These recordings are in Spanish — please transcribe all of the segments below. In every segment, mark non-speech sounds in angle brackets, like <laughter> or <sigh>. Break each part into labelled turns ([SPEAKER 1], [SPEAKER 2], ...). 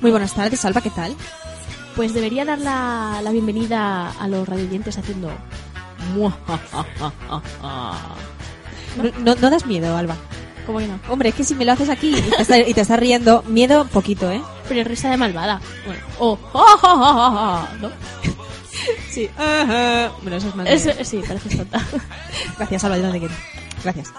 [SPEAKER 1] Muy buenas tardes, Alba, ¿qué tal?
[SPEAKER 2] Pues debería dar la, la bienvenida a los radioyentes haciendo...
[SPEAKER 1] No, no- no das miedo, Alba.
[SPEAKER 2] ¿Cómo que no?
[SPEAKER 1] Hombre, es que si me lo haces aquí y te, está- y te estás riendo, miedo poquito, ¿eh?
[SPEAKER 2] Pero risa de malvada. Bueno, o... oh, ¿no?
[SPEAKER 1] Sí. Bueno, eso es eh, más. de-
[SPEAKER 2] Eso- sí, pareces tonta.
[SPEAKER 1] <laughs> Gracias, Alba, yo no te quiero. Gracias.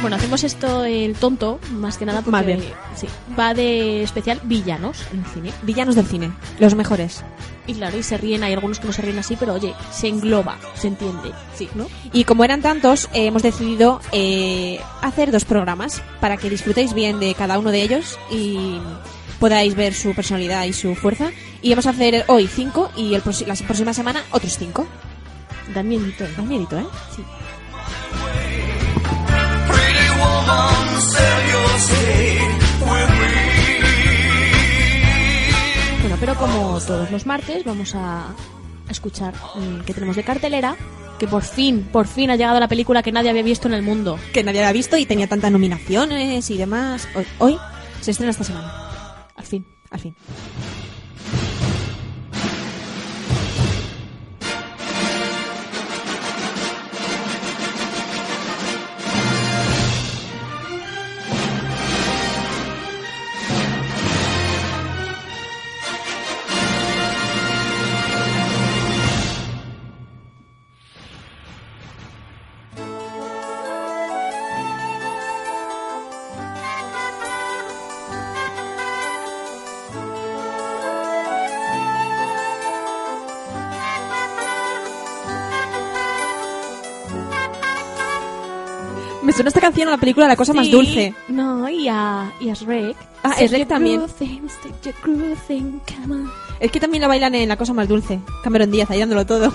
[SPEAKER 2] Bueno, hacemos esto el tonto, más que nada porque
[SPEAKER 1] Más bien.
[SPEAKER 2] sí, va de especial villanos en el cine.
[SPEAKER 1] Villanos del cine, los mejores.
[SPEAKER 2] Y claro, y se ríen, hay algunos que no se ríen así, pero oye, se engloba, se entiende, sí, ¿no?
[SPEAKER 1] Y como eran tantos, eh, hemos decidido eh, hacer dos programas para que disfrutéis bien de cada uno de ellos y podáis ver su personalidad y su fuerza. Y vamos a hacer hoy cinco y el prosi- la próxima semana otros cinco.
[SPEAKER 2] Dan miedito, ¿eh?
[SPEAKER 1] Da miedito, ¿eh?
[SPEAKER 2] Sí. Bueno, pero como todos los martes vamos a a escuchar mm, qué tenemos de cartelera, que por fin, por fin ha llegado la película que nadie había visto en el mundo.
[SPEAKER 1] Que nadie la ha visto y tenía tantas nominaciones y demás. Hoy, hoy se estrena esta semana.
[SPEAKER 2] Al fin.
[SPEAKER 1] Al fin. Me suena esta canción a la película La cosa más
[SPEAKER 2] Sí.
[SPEAKER 1] dulce.
[SPEAKER 2] No, y a, y a Shrek.
[SPEAKER 1] Ah,
[SPEAKER 2] Set
[SPEAKER 1] Shrek
[SPEAKER 2] your
[SPEAKER 1] también.
[SPEAKER 2] grooving, set your grooving, come on.
[SPEAKER 1] Es que también la bailan en La cosa más dulce. Cameron Díaz ahí dándolo todo.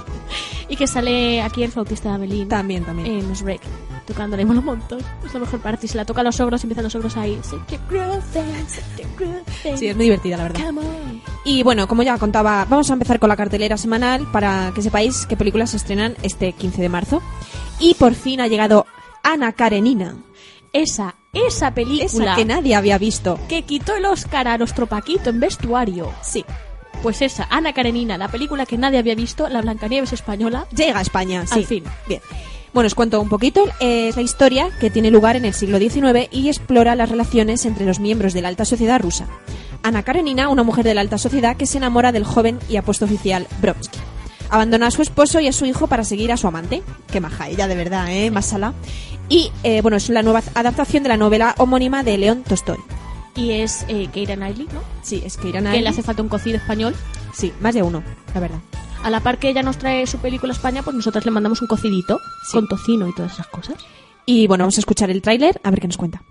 [SPEAKER 2] Y que sale aquí el flautista de Abelín.
[SPEAKER 1] También, también.
[SPEAKER 2] en Shrek, tocándole mola un montón. Es la mejor parte. Y se la toca a los ogros y empiezan los ogros ahí. Set your grooving, set your grooving,
[SPEAKER 1] Sí, es muy divertida, la verdad.
[SPEAKER 2] come on.
[SPEAKER 1] Y bueno, como ya contaba, vamos a empezar con la cartelera semanal para que sepáis qué películas se estrenan este 15 de marzo. Y por fin ha llegado Ana Karenina,
[SPEAKER 2] Esa, esa película
[SPEAKER 1] esa que nadie había visto.
[SPEAKER 2] que quitó el Oscar a nuestro Paquito en vestuario.
[SPEAKER 1] Sí,
[SPEAKER 2] Pues esa, Ana Karenina, la película que nadie había visto, la Blancanieves española.
[SPEAKER 1] llega a España, sí.
[SPEAKER 2] Al fin.
[SPEAKER 1] Bien. Bueno, os cuento un poquito. Eh, Es la historia que tiene lugar en el siglo XIX y explora las relaciones entre los miembros de la alta sociedad rusa. Ana Karenina, una mujer de la alta sociedad que se enamora del joven y apuesto oficial Brodsky. Abandona a su esposo y a su hijo para seguir a su amante. Qué maja ella, de verdad, ¿eh? Masala. Y, eh, bueno, es la nueva adaptación de la novela homónima de León Tolstói.
[SPEAKER 2] Y es eh, Keira Knightley, ¿no?
[SPEAKER 1] Sí, es que irán a...
[SPEAKER 2] Que le hace falta un cocido español.
[SPEAKER 1] ¿eh? Sí, más de uno, la verdad.
[SPEAKER 2] A la par que ella nos trae su película a España, pues nosotras le mandamos un cocidito
[SPEAKER 1] Sí.
[SPEAKER 2] con tocino y todas esas cosas.
[SPEAKER 1] Y, bueno, vamos a escuchar el tráiler a ver qué nos cuenta.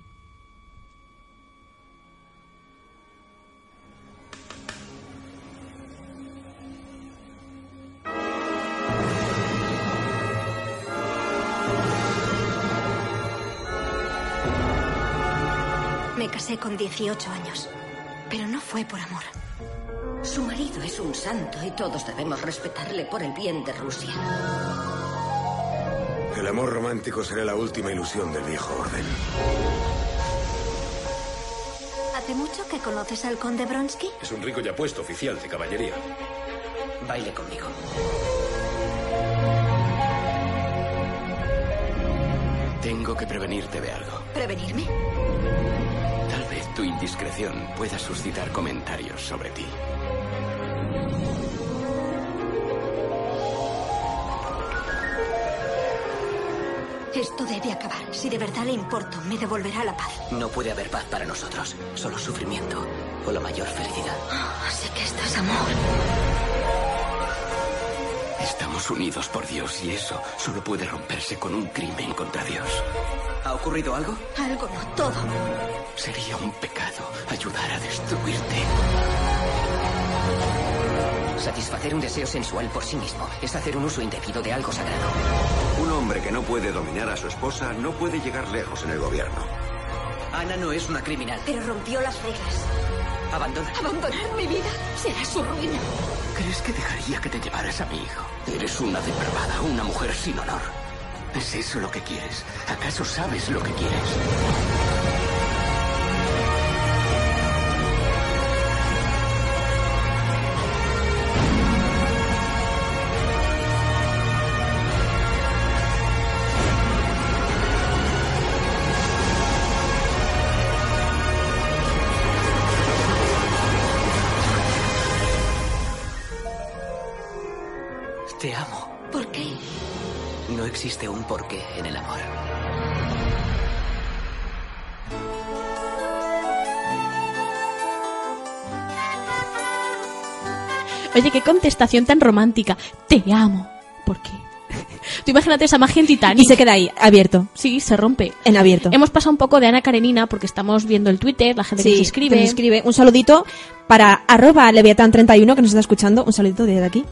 [SPEAKER 3] Me casé con 18 años, pero no fue por amor.
[SPEAKER 4] Su marido es un santo y todos debemos respetarle por el bien de Rusia.
[SPEAKER 5] El amor romántico será la última ilusión del viejo orden.
[SPEAKER 3] ¿Hace mucho que conoces al conde Bronsky?
[SPEAKER 5] Es un rico y apuesto oficial de caballería.
[SPEAKER 4] Baile conmigo.
[SPEAKER 6] Tengo que prevenirte de algo.
[SPEAKER 3] ¿Prevenirme?
[SPEAKER 6] Tal vez tu indiscreción pueda suscitar comentarios sobre ti.
[SPEAKER 3] Esto debe acabar. Si de verdad le importo, me devolverá la paz.
[SPEAKER 4] No puede haber paz para nosotros, solo sufrimiento o la mayor felicidad.
[SPEAKER 3] Así que esto es amor.
[SPEAKER 6] Estamos unidos por Dios y eso solo puede romperse con un crimen contra Dios.
[SPEAKER 4] ¿Ha ocurrido algo?
[SPEAKER 3] Algo no, todo.
[SPEAKER 6] Sería un pecado ayudar a destruirte.
[SPEAKER 4] Satisfacer un deseo sensual por sí mismo es hacer un uso indebido de algo sagrado.
[SPEAKER 5] Un hombre que no puede dominar a su esposa no puede llegar lejos en el gobierno.
[SPEAKER 4] Ana no es una criminal.
[SPEAKER 3] Pero rompió las reglas.
[SPEAKER 4] Abandona.
[SPEAKER 3] Abandonar mi vida será su ruina.
[SPEAKER 6] ¿Crees que dejaría que te llevaras a mi hijo? Eres una depravada, una mujer sin honor. ¿Es eso lo que quieres? ¿Acaso sabes lo que quieres? Te amo.
[SPEAKER 3] ¿Por qué?
[SPEAKER 6] No existe un porqué en el amor.
[SPEAKER 2] Oye, qué contestación tan romántica. Te amo. ¿Por qué? <laughs> Tú imagínate esa magia en Titanic.
[SPEAKER 1] Y se queda ahí, abierto.
[SPEAKER 2] Sí, se rompe.
[SPEAKER 1] En abierto.
[SPEAKER 2] Hemos pasado un poco de Ana Karenina porque estamos viendo el Twitter, la gente que
[SPEAKER 1] Sí,
[SPEAKER 2] nos escribe.
[SPEAKER 1] que nos escribe. Un saludito para arroba leviatán31 que nos está escuchando. Un saludito desde aquí.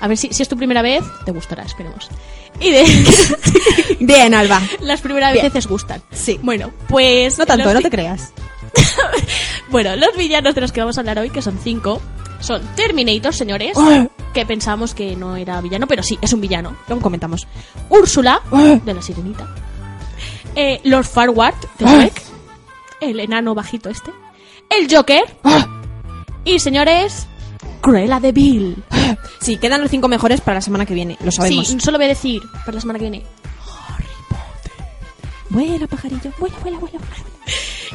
[SPEAKER 2] A ver si, si es tu primera vez, te gustará, esperemos. Y de... <laughs>
[SPEAKER 1] Bien, Alba.
[SPEAKER 2] Las primeras
[SPEAKER 1] Bien.
[SPEAKER 2] veces gustan.
[SPEAKER 1] Sí.
[SPEAKER 2] Bueno, pues...
[SPEAKER 1] No tanto,
[SPEAKER 2] los
[SPEAKER 1] no
[SPEAKER 2] vi-
[SPEAKER 1] te creas.
[SPEAKER 2] Bueno, los villanos de los que vamos a hablar hoy, que son cinco, son Terminator, señores, que pensamos que no era villano, pero sí, es un villano.
[SPEAKER 1] Luego comentamos.
[SPEAKER 2] Úrsula, de la sirenita. Eh, Lord Farward, de Trek. El enano bajito este. El Joker.
[SPEAKER 1] ¡Ah!
[SPEAKER 2] Y señores, Cruella de Bill.
[SPEAKER 1] Sí, quedan los cinco mejores para la semana que viene, lo sabemos.
[SPEAKER 2] Sí, solo voy a decir para la semana que viene.
[SPEAKER 1] Vuela, pajarillo, vuela, vuela, vuela.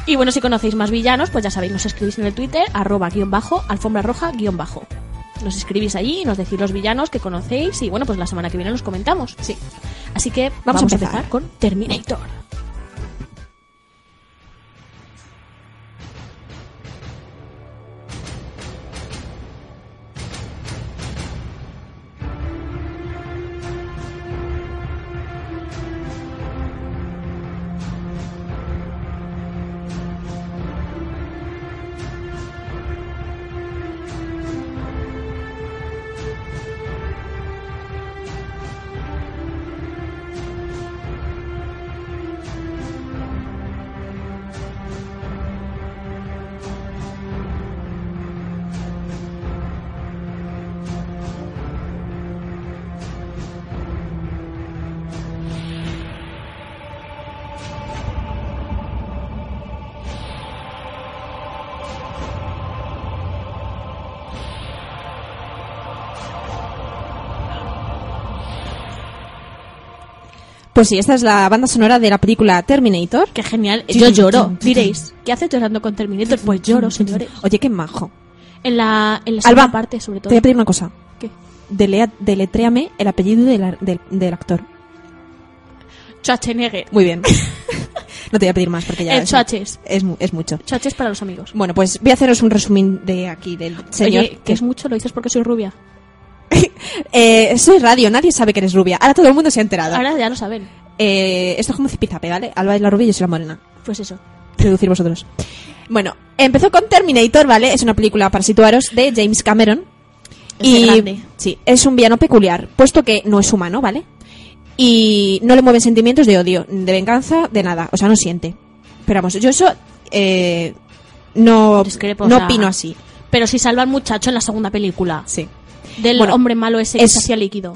[SPEAKER 2] Y bueno, si conocéis más villanos, pues ya sabéis, nos escribís en el Twitter, arroba guión bajo, alfombra roja guión bajo. Nos escribís allí y nos decís los villanos que conocéis y bueno, pues la semana que viene los comentamos. Sí. Así que vamos, a empezar. con Terminator.
[SPEAKER 1] Pues sí, esta es la banda sonora de la película Terminator.
[SPEAKER 2] Qué genial.
[SPEAKER 1] Sí,
[SPEAKER 2] Yo
[SPEAKER 1] sí,
[SPEAKER 2] lloro.
[SPEAKER 1] sí, sí.
[SPEAKER 2] Diréis, ¿qué haces llorando con Terminator? Pues lloro, señores.
[SPEAKER 1] Oye, qué majo.
[SPEAKER 2] En la, en la segunda
[SPEAKER 1] Alba,
[SPEAKER 2] parte, sobre
[SPEAKER 1] te
[SPEAKER 2] todo.
[SPEAKER 1] voy a pedir una cosa.
[SPEAKER 2] ¿Qué?
[SPEAKER 1] Delea, deletréame el apellido del ar- del- del actor.
[SPEAKER 2] Schwarzenegger.
[SPEAKER 1] Muy
[SPEAKER 2] <laughs>
[SPEAKER 1] bien. no te voy a pedir más porque ya
[SPEAKER 2] El
[SPEAKER 1] es,
[SPEAKER 2] Schwaches.
[SPEAKER 1] es, mu- es mucho.
[SPEAKER 2] Chaches Eh, para los amigos.
[SPEAKER 1] Bueno, pues voy a haceros un resumen de aquí del señor.
[SPEAKER 2] Oye, que es mucho, lo dices porque soy rubia.
[SPEAKER 1] Eh, eso es radio, nadie sabe que eres rubia. Ahora todo el mundo se ha enterado.
[SPEAKER 2] Ahora ya lo saben.
[SPEAKER 1] Eh, esto es como zipizape, ¿vale? Alba es la rubia y yo soy la morena.
[SPEAKER 2] Pues eso.
[SPEAKER 1] Reducir vosotros. Bueno, empezó con Terminator, ¿vale? Es una película, para situaros, de James Cameron.
[SPEAKER 2] Ese grande.
[SPEAKER 1] sí, es un villano peculiar, puesto que no es humano, ¿vale? Y no le mueven sentimientos de odio, de venganza, de nada. O sea, no siente. Pero vamos, yo eso eh, no,
[SPEAKER 2] Discrepo, o
[SPEAKER 1] no
[SPEAKER 2] sea,
[SPEAKER 1] opino así.
[SPEAKER 2] Pero si salva al muchacho en la segunda película.
[SPEAKER 1] Sí.
[SPEAKER 2] Del
[SPEAKER 1] Bueno,
[SPEAKER 2] hombre malo ese que
[SPEAKER 1] es-
[SPEAKER 2] se hacía líquido.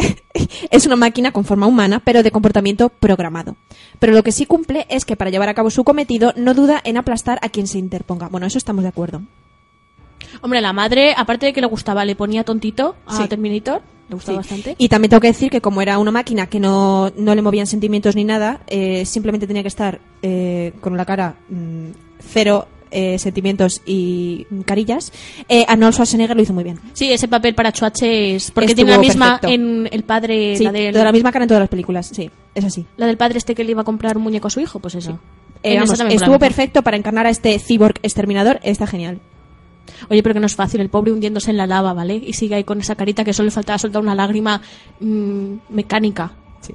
[SPEAKER 1] Es una máquina con forma humana, pero de comportamiento programado. Pero lo que sí cumple es que para llevar a cabo su cometido no duda en aplastar a quien se interponga. Bueno, eso estamos de acuerdo.
[SPEAKER 2] Hombre, la madre, aparte de que le gustaba, le ponía tontito a
[SPEAKER 1] Sí.
[SPEAKER 2] Terminator. Le gustaba
[SPEAKER 1] Sí.
[SPEAKER 2] bastante.
[SPEAKER 1] Y también tengo que decir que como era una máquina que no, no le movían sentimientos ni nada, eh, simplemente tenía que estar eh, con la cara mm, cero eh, sentimientos y mm, carillas, eh, Arnold Schwarzenegger lo hizo muy bien.
[SPEAKER 2] Sí, ese papel para Chuaches. Porque
[SPEAKER 1] Estuvo
[SPEAKER 2] tiene la misma
[SPEAKER 1] perfecto.
[SPEAKER 2] en el padre.
[SPEAKER 1] Sí,
[SPEAKER 2] la, del,
[SPEAKER 1] de la misma cara en todas las películas, sí, es así.
[SPEAKER 2] la del padre este que le iba a comprar un muñeco a su hijo. Pues eso.
[SPEAKER 1] Eh,
[SPEAKER 2] En
[SPEAKER 1] vamos,
[SPEAKER 2] esa también fue la
[SPEAKER 1] estuvo
[SPEAKER 2] misma.
[SPEAKER 1] perfecto para encarnar a este cyborg exterminador, está genial.
[SPEAKER 2] Oye, pero que no es fácil. El pobre hundiéndose en la lava, ¿vale? Y sigue ahí con esa carita que solo le faltaba soltar una lágrima mm, mecánica.
[SPEAKER 1] Sí.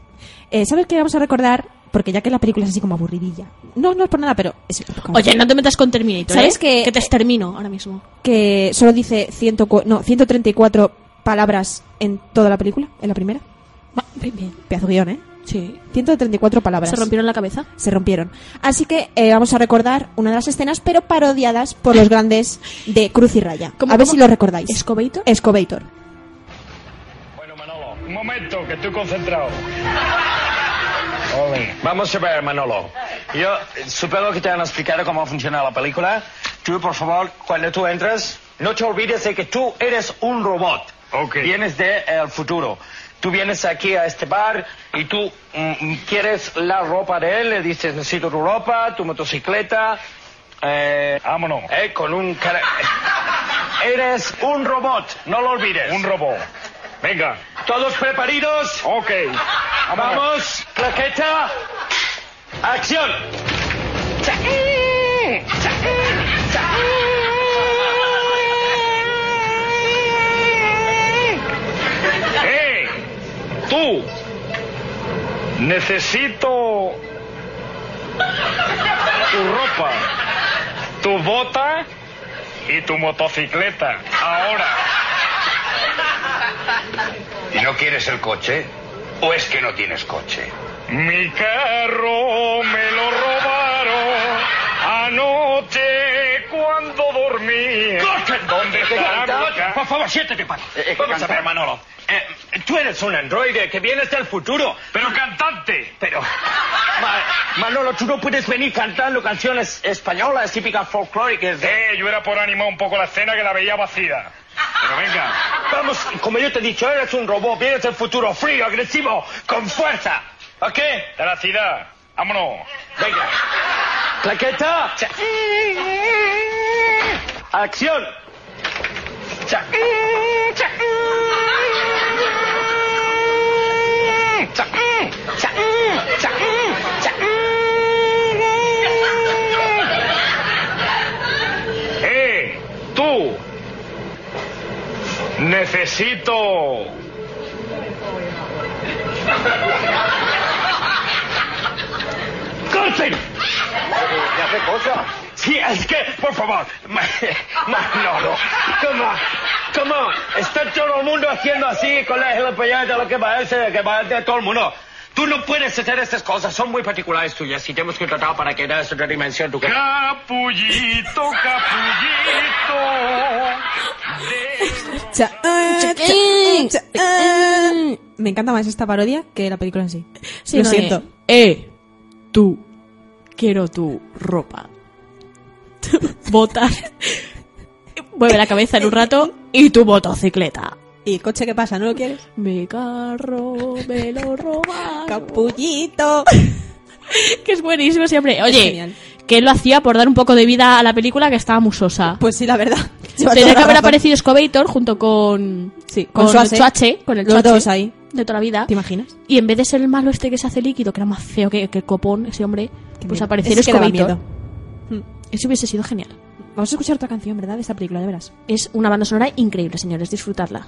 [SPEAKER 1] Eh, ¿Sabes qué vamos a recordar? Porque ya que la película es así como aburridilla. No, no es por nada, pero es
[SPEAKER 2] Oye, no te metas con Terminator.
[SPEAKER 1] ¿Sabes
[SPEAKER 2] ¿eh?
[SPEAKER 1] que-
[SPEAKER 2] Que te extermino ahora mismo.
[SPEAKER 1] que solo dice 100, no, 134 palabras en toda la película, en la primera.
[SPEAKER 2] Va, bien, bien.
[SPEAKER 1] Pedazo guión, ¿eh?
[SPEAKER 2] Sí.
[SPEAKER 1] 134 palabras.
[SPEAKER 2] ¿Se rompieron la cabeza?
[SPEAKER 1] Se rompieron. Así que eh, vamos a recordar una de las escenas, pero parodiadas por los grandes de Cruz y Raya.
[SPEAKER 2] ¿Cómo,
[SPEAKER 1] a ver
[SPEAKER 2] cómo?
[SPEAKER 1] si lo recordáis.
[SPEAKER 2] ¿Escobator?
[SPEAKER 1] Escobator.
[SPEAKER 7] Bueno, Manolo, un momento, que estoy concentrado. Vamos a ver, Manolo. Yo eh, supongo que te han explicado cómo funciona la película. Tú, por favor, cuando tú entras, no te olvides de que tú eres un robot.
[SPEAKER 8] Ok.
[SPEAKER 7] Vienes del futuro. Tú vienes aquí a este bar y tú mm, mm, quieres la ropa de él, le dices, necesito tu ropa, tu motocicleta. Eh,
[SPEAKER 8] Vámonos.
[SPEAKER 7] eh, con un... cara- <laughs> Eres un robot, no lo olvides.
[SPEAKER 8] Un robot. Venga.
[SPEAKER 7] ¿Todos preparados?
[SPEAKER 8] Ok.
[SPEAKER 7] Vamos, claqueta, acción. Chaquín, chaquín, chaquín.
[SPEAKER 8] ¡Eh! ¡Tú! Necesito tu ropa, tu bota y tu motocicleta. Ahora.
[SPEAKER 5] ¿Y no quieres el coche? ¿O es que no tienes coche?
[SPEAKER 8] Mi carro me lo robaron anoche cuando dormí. ¿Dónde está mi
[SPEAKER 7] Por
[SPEAKER 8] carro?
[SPEAKER 7] favor, siéntete, para.
[SPEAKER 8] Eh, eh, que
[SPEAKER 7] Vamos a
[SPEAKER 8] canta.
[SPEAKER 7] ver, Manolo. Eh, tú eres un androide que vienes del futuro.
[SPEAKER 8] Pero cantante.
[SPEAKER 7] Pero, Ma- Manolo, tú no puedes venir cantando canciones españolas típicas folclóricas de...
[SPEAKER 8] Eh, yo era por animar un poco la escena que la veía vacía. Pero venga.
[SPEAKER 7] Vamos, como yo te he dicho, eres un robot, vienes del futuro, frío, agresivo, con fuerza. ¿Ok?
[SPEAKER 8] De la ciudad. Vámonos.
[SPEAKER 7] Venga. Claqueta. Cha- Acción. Cha- Cha- Cha- Cha- Cha- Cha-
[SPEAKER 8] ¡Eh! ¡Tú! Necesito.
[SPEAKER 7] ¡Corten!
[SPEAKER 5] ¿Qué hace cosa?
[SPEAKER 7] Sí, es que, por favor, Ma- Manolo, come on, come on. Está todo el mundo haciendo así, con la gilipollas, lo que parece, que parece todo el mundo. Tú no puedes hacer estas cosas, son muy particulares tuyas y tenemos que tratar para que des otra dimensión. ¿tú qué?
[SPEAKER 8] Capullito, capullito.
[SPEAKER 1] Cha- ah, cha- ah, cha- ah. Me encanta más esta parodia que la película en sí.
[SPEAKER 2] Sí,
[SPEAKER 1] Lo
[SPEAKER 2] no,
[SPEAKER 1] siento.
[SPEAKER 2] Eh, tú, quiero tu
[SPEAKER 1] <laughs>
[SPEAKER 2] ropa, botas, <laughs> mueve la cabeza en un rato y tu motocicleta.
[SPEAKER 1] ¿Y el coche qué pasa? ¿No lo quieres?
[SPEAKER 2] Mi carro me lo robaron.
[SPEAKER 1] Capullito.
[SPEAKER 2] <laughs> que es buenísimo siempre. Oye,
[SPEAKER 1] genial.
[SPEAKER 2] que él lo hacía por dar un poco
[SPEAKER 1] <laughs>
[SPEAKER 2] de vida a la película que estaba musosa.
[SPEAKER 1] Pues sí, la verdad. <laughs> Lleva toda
[SPEAKER 2] Tenía que
[SPEAKER 1] la
[SPEAKER 2] haber
[SPEAKER 1] razón.
[SPEAKER 2] aparecido Scobator junto con,
[SPEAKER 1] Sí,
[SPEAKER 2] con,
[SPEAKER 1] con Schwarze.
[SPEAKER 2] Schwarze, con el
[SPEAKER 1] Los
[SPEAKER 2] Schwarze
[SPEAKER 1] dos ahí.
[SPEAKER 2] de toda la vida.
[SPEAKER 1] ¿Te imaginas?
[SPEAKER 2] Y en vez de ser el malo este que se hace líquido, que era más feo que, que el copón, ese hombre,
[SPEAKER 1] Qué
[SPEAKER 2] pues
[SPEAKER 1] miedo.
[SPEAKER 2] apareció
[SPEAKER 1] Ese sí que daba
[SPEAKER 2] Scobator.
[SPEAKER 1] miedo.
[SPEAKER 2] Eso hubiese sido genial.
[SPEAKER 1] Vamos a escuchar otra canción, ¿verdad? De esta película, ya verás.
[SPEAKER 2] Es una banda sonora increíble, señores, disfrutadla.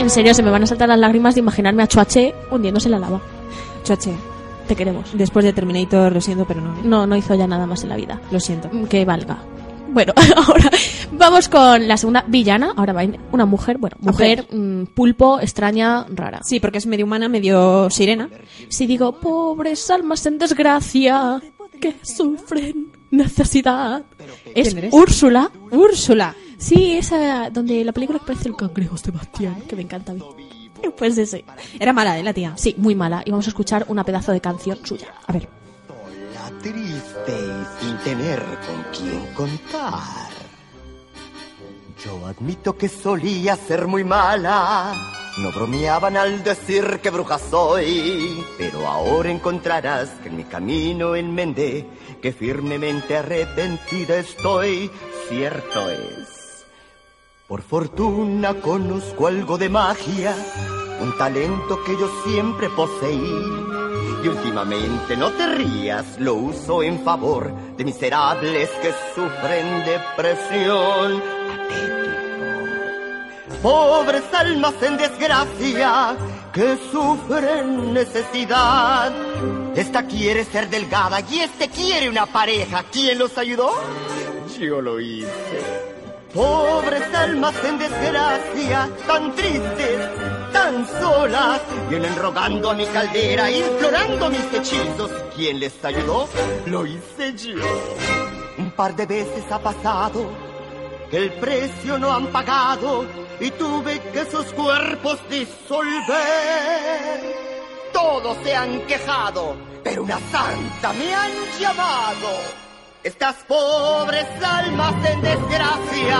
[SPEAKER 2] En serio, se me van a saltar las lágrimas de imaginarme a Chuache hundiéndose en la lava.
[SPEAKER 1] Choche,
[SPEAKER 2] Te queremos.
[SPEAKER 1] después de Terminator, lo siento, pero no. ¿eh?
[SPEAKER 2] No, no hizo ya nada más en la vida.
[SPEAKER 1] Lo siento.
[SPEAKER 2] Que valga. Bueno, <laughs> ahora vamos con la segunda villana. Ahora va en- una mujer, bueno, mujer, mm, pulpo, extraña, rara.
[SPEAKER 1] Sí, porque es medio humana, medio sirena.
[SPEAKER 2] Si digo, pobres almas en desgracia, que sufren necesidad. Es
[SPEAKER 1] ¿Quién eres?
[SPEAKER 2] Úrsula.
[SPEAKER 1] Úrsula.
[SPEAKER 2] Sí, esa donde la película que parece el cangrejo Sebastián, que me encanta a mí. Pues ese.
[SPEAKER 1] Era mala, ¿eh, la tía?
[SPEAKER 2] Sí, muy mala. Y vamos a escuchar una pedazo de canción suya.
[SPEAKER 1] A ver.
[SPEAKER 9] La triste y sin tener con quién contar. Yo admito que solía ser muy mala. No bromeaban al decir que bruja soy, pero ahora encontrarás que en mi camino enmendé, que firmemente arrepentida estoy, cierto es. Por fortuna conozco algo de magia, un talento que yo siempre poseí. Y últimamente no te rías, lo uso en favor de miserables que sufren depresión. Patético. Pobres almas en desgracia que sufren necesidad. Esta quiere ser delgada y este quiere una pareja. ¿Quién los ayudó? Yo lo hice. Pobres almas en desgracia, tan tristes, tan solas, vienen rogando a mi caldera, implorando mis hechizos. ¿Quién les ayudó? Lo hice yo. Un par de veces ha pasado que el precio no han pagado y tuve que esos cuerpos disolver. Todos se han quejado, pero una santa me han llamado estas pobres almas en desgracia.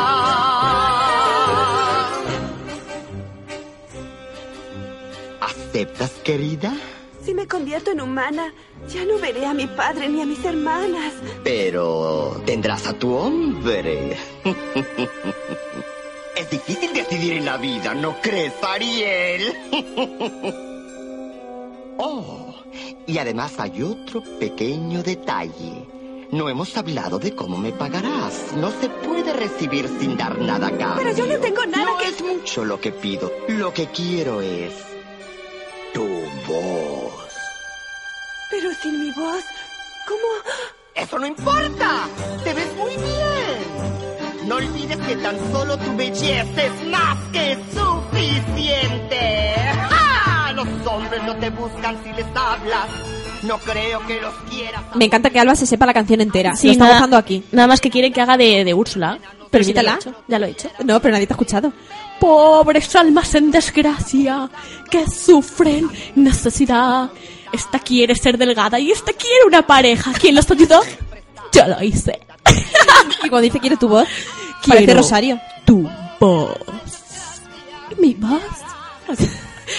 [SPEAKER 9] ¿Aceptas, querida?
[SPEAKER 10] Si me convierto en humana, ya no veré a mi padre ni a mis hermanas.
[SPEAKER 9] Pero tendrás a tu hombre. <laughs> es difícil decidir en la vida, ¿no crees, <laughs> Ariel? oh, y además hay otro pequeño detalle. No hemos hablado de cómo me pagarás. No se puede recibir sin dar nada a cambio.
[SPEAKER 10] Pero yo no tengo nada
[SPEAKER 9] no
[SPEAKER 10] que...
[SPEAKER 9] es mucho lo que pido. Lo que quiero es... Tu voz.
[SPEAKER 10] Pero sin mi voz, ¿cómo...?
[SPEAKER 9] ¡Eso no importa! ¡Te ves muy bien! No olvides que tan solo tu belleza es más que suficiente. ¡Ah! Los hombres no te buscan si les hablas. No creo que los quieras.
[SPEAKER 1] Me encanta que Alba se sepa la canción entera. Sí, lo está
[SPEAKER 2] nada-
[SPEAKER 1] dejando aquí.
[SPEAKER 2] Nada más que quiere que haga de, de Úrsula. Pero sí, ya lo he
[SPEAKER 1] Repítela.
[SPEAKER 2] hecho. Ya lo he hecho.
[SPEAKER 1] No, pero nadie te ha escuchado.
[SPEAKER 2] Pobres almas en desgracia que sufren necesidad. Esta quiere ser delgada y esta quiere una pareja. ¿Quién los ayudó? Yo lo hice.
[SPEAKER 1] Y cuando dice quiere tu voz,
[SPEAKER 2] Quiero
[SPEAKER 1] parece Rosario.
[SPEAKER 2] Tu voz. Mi voz.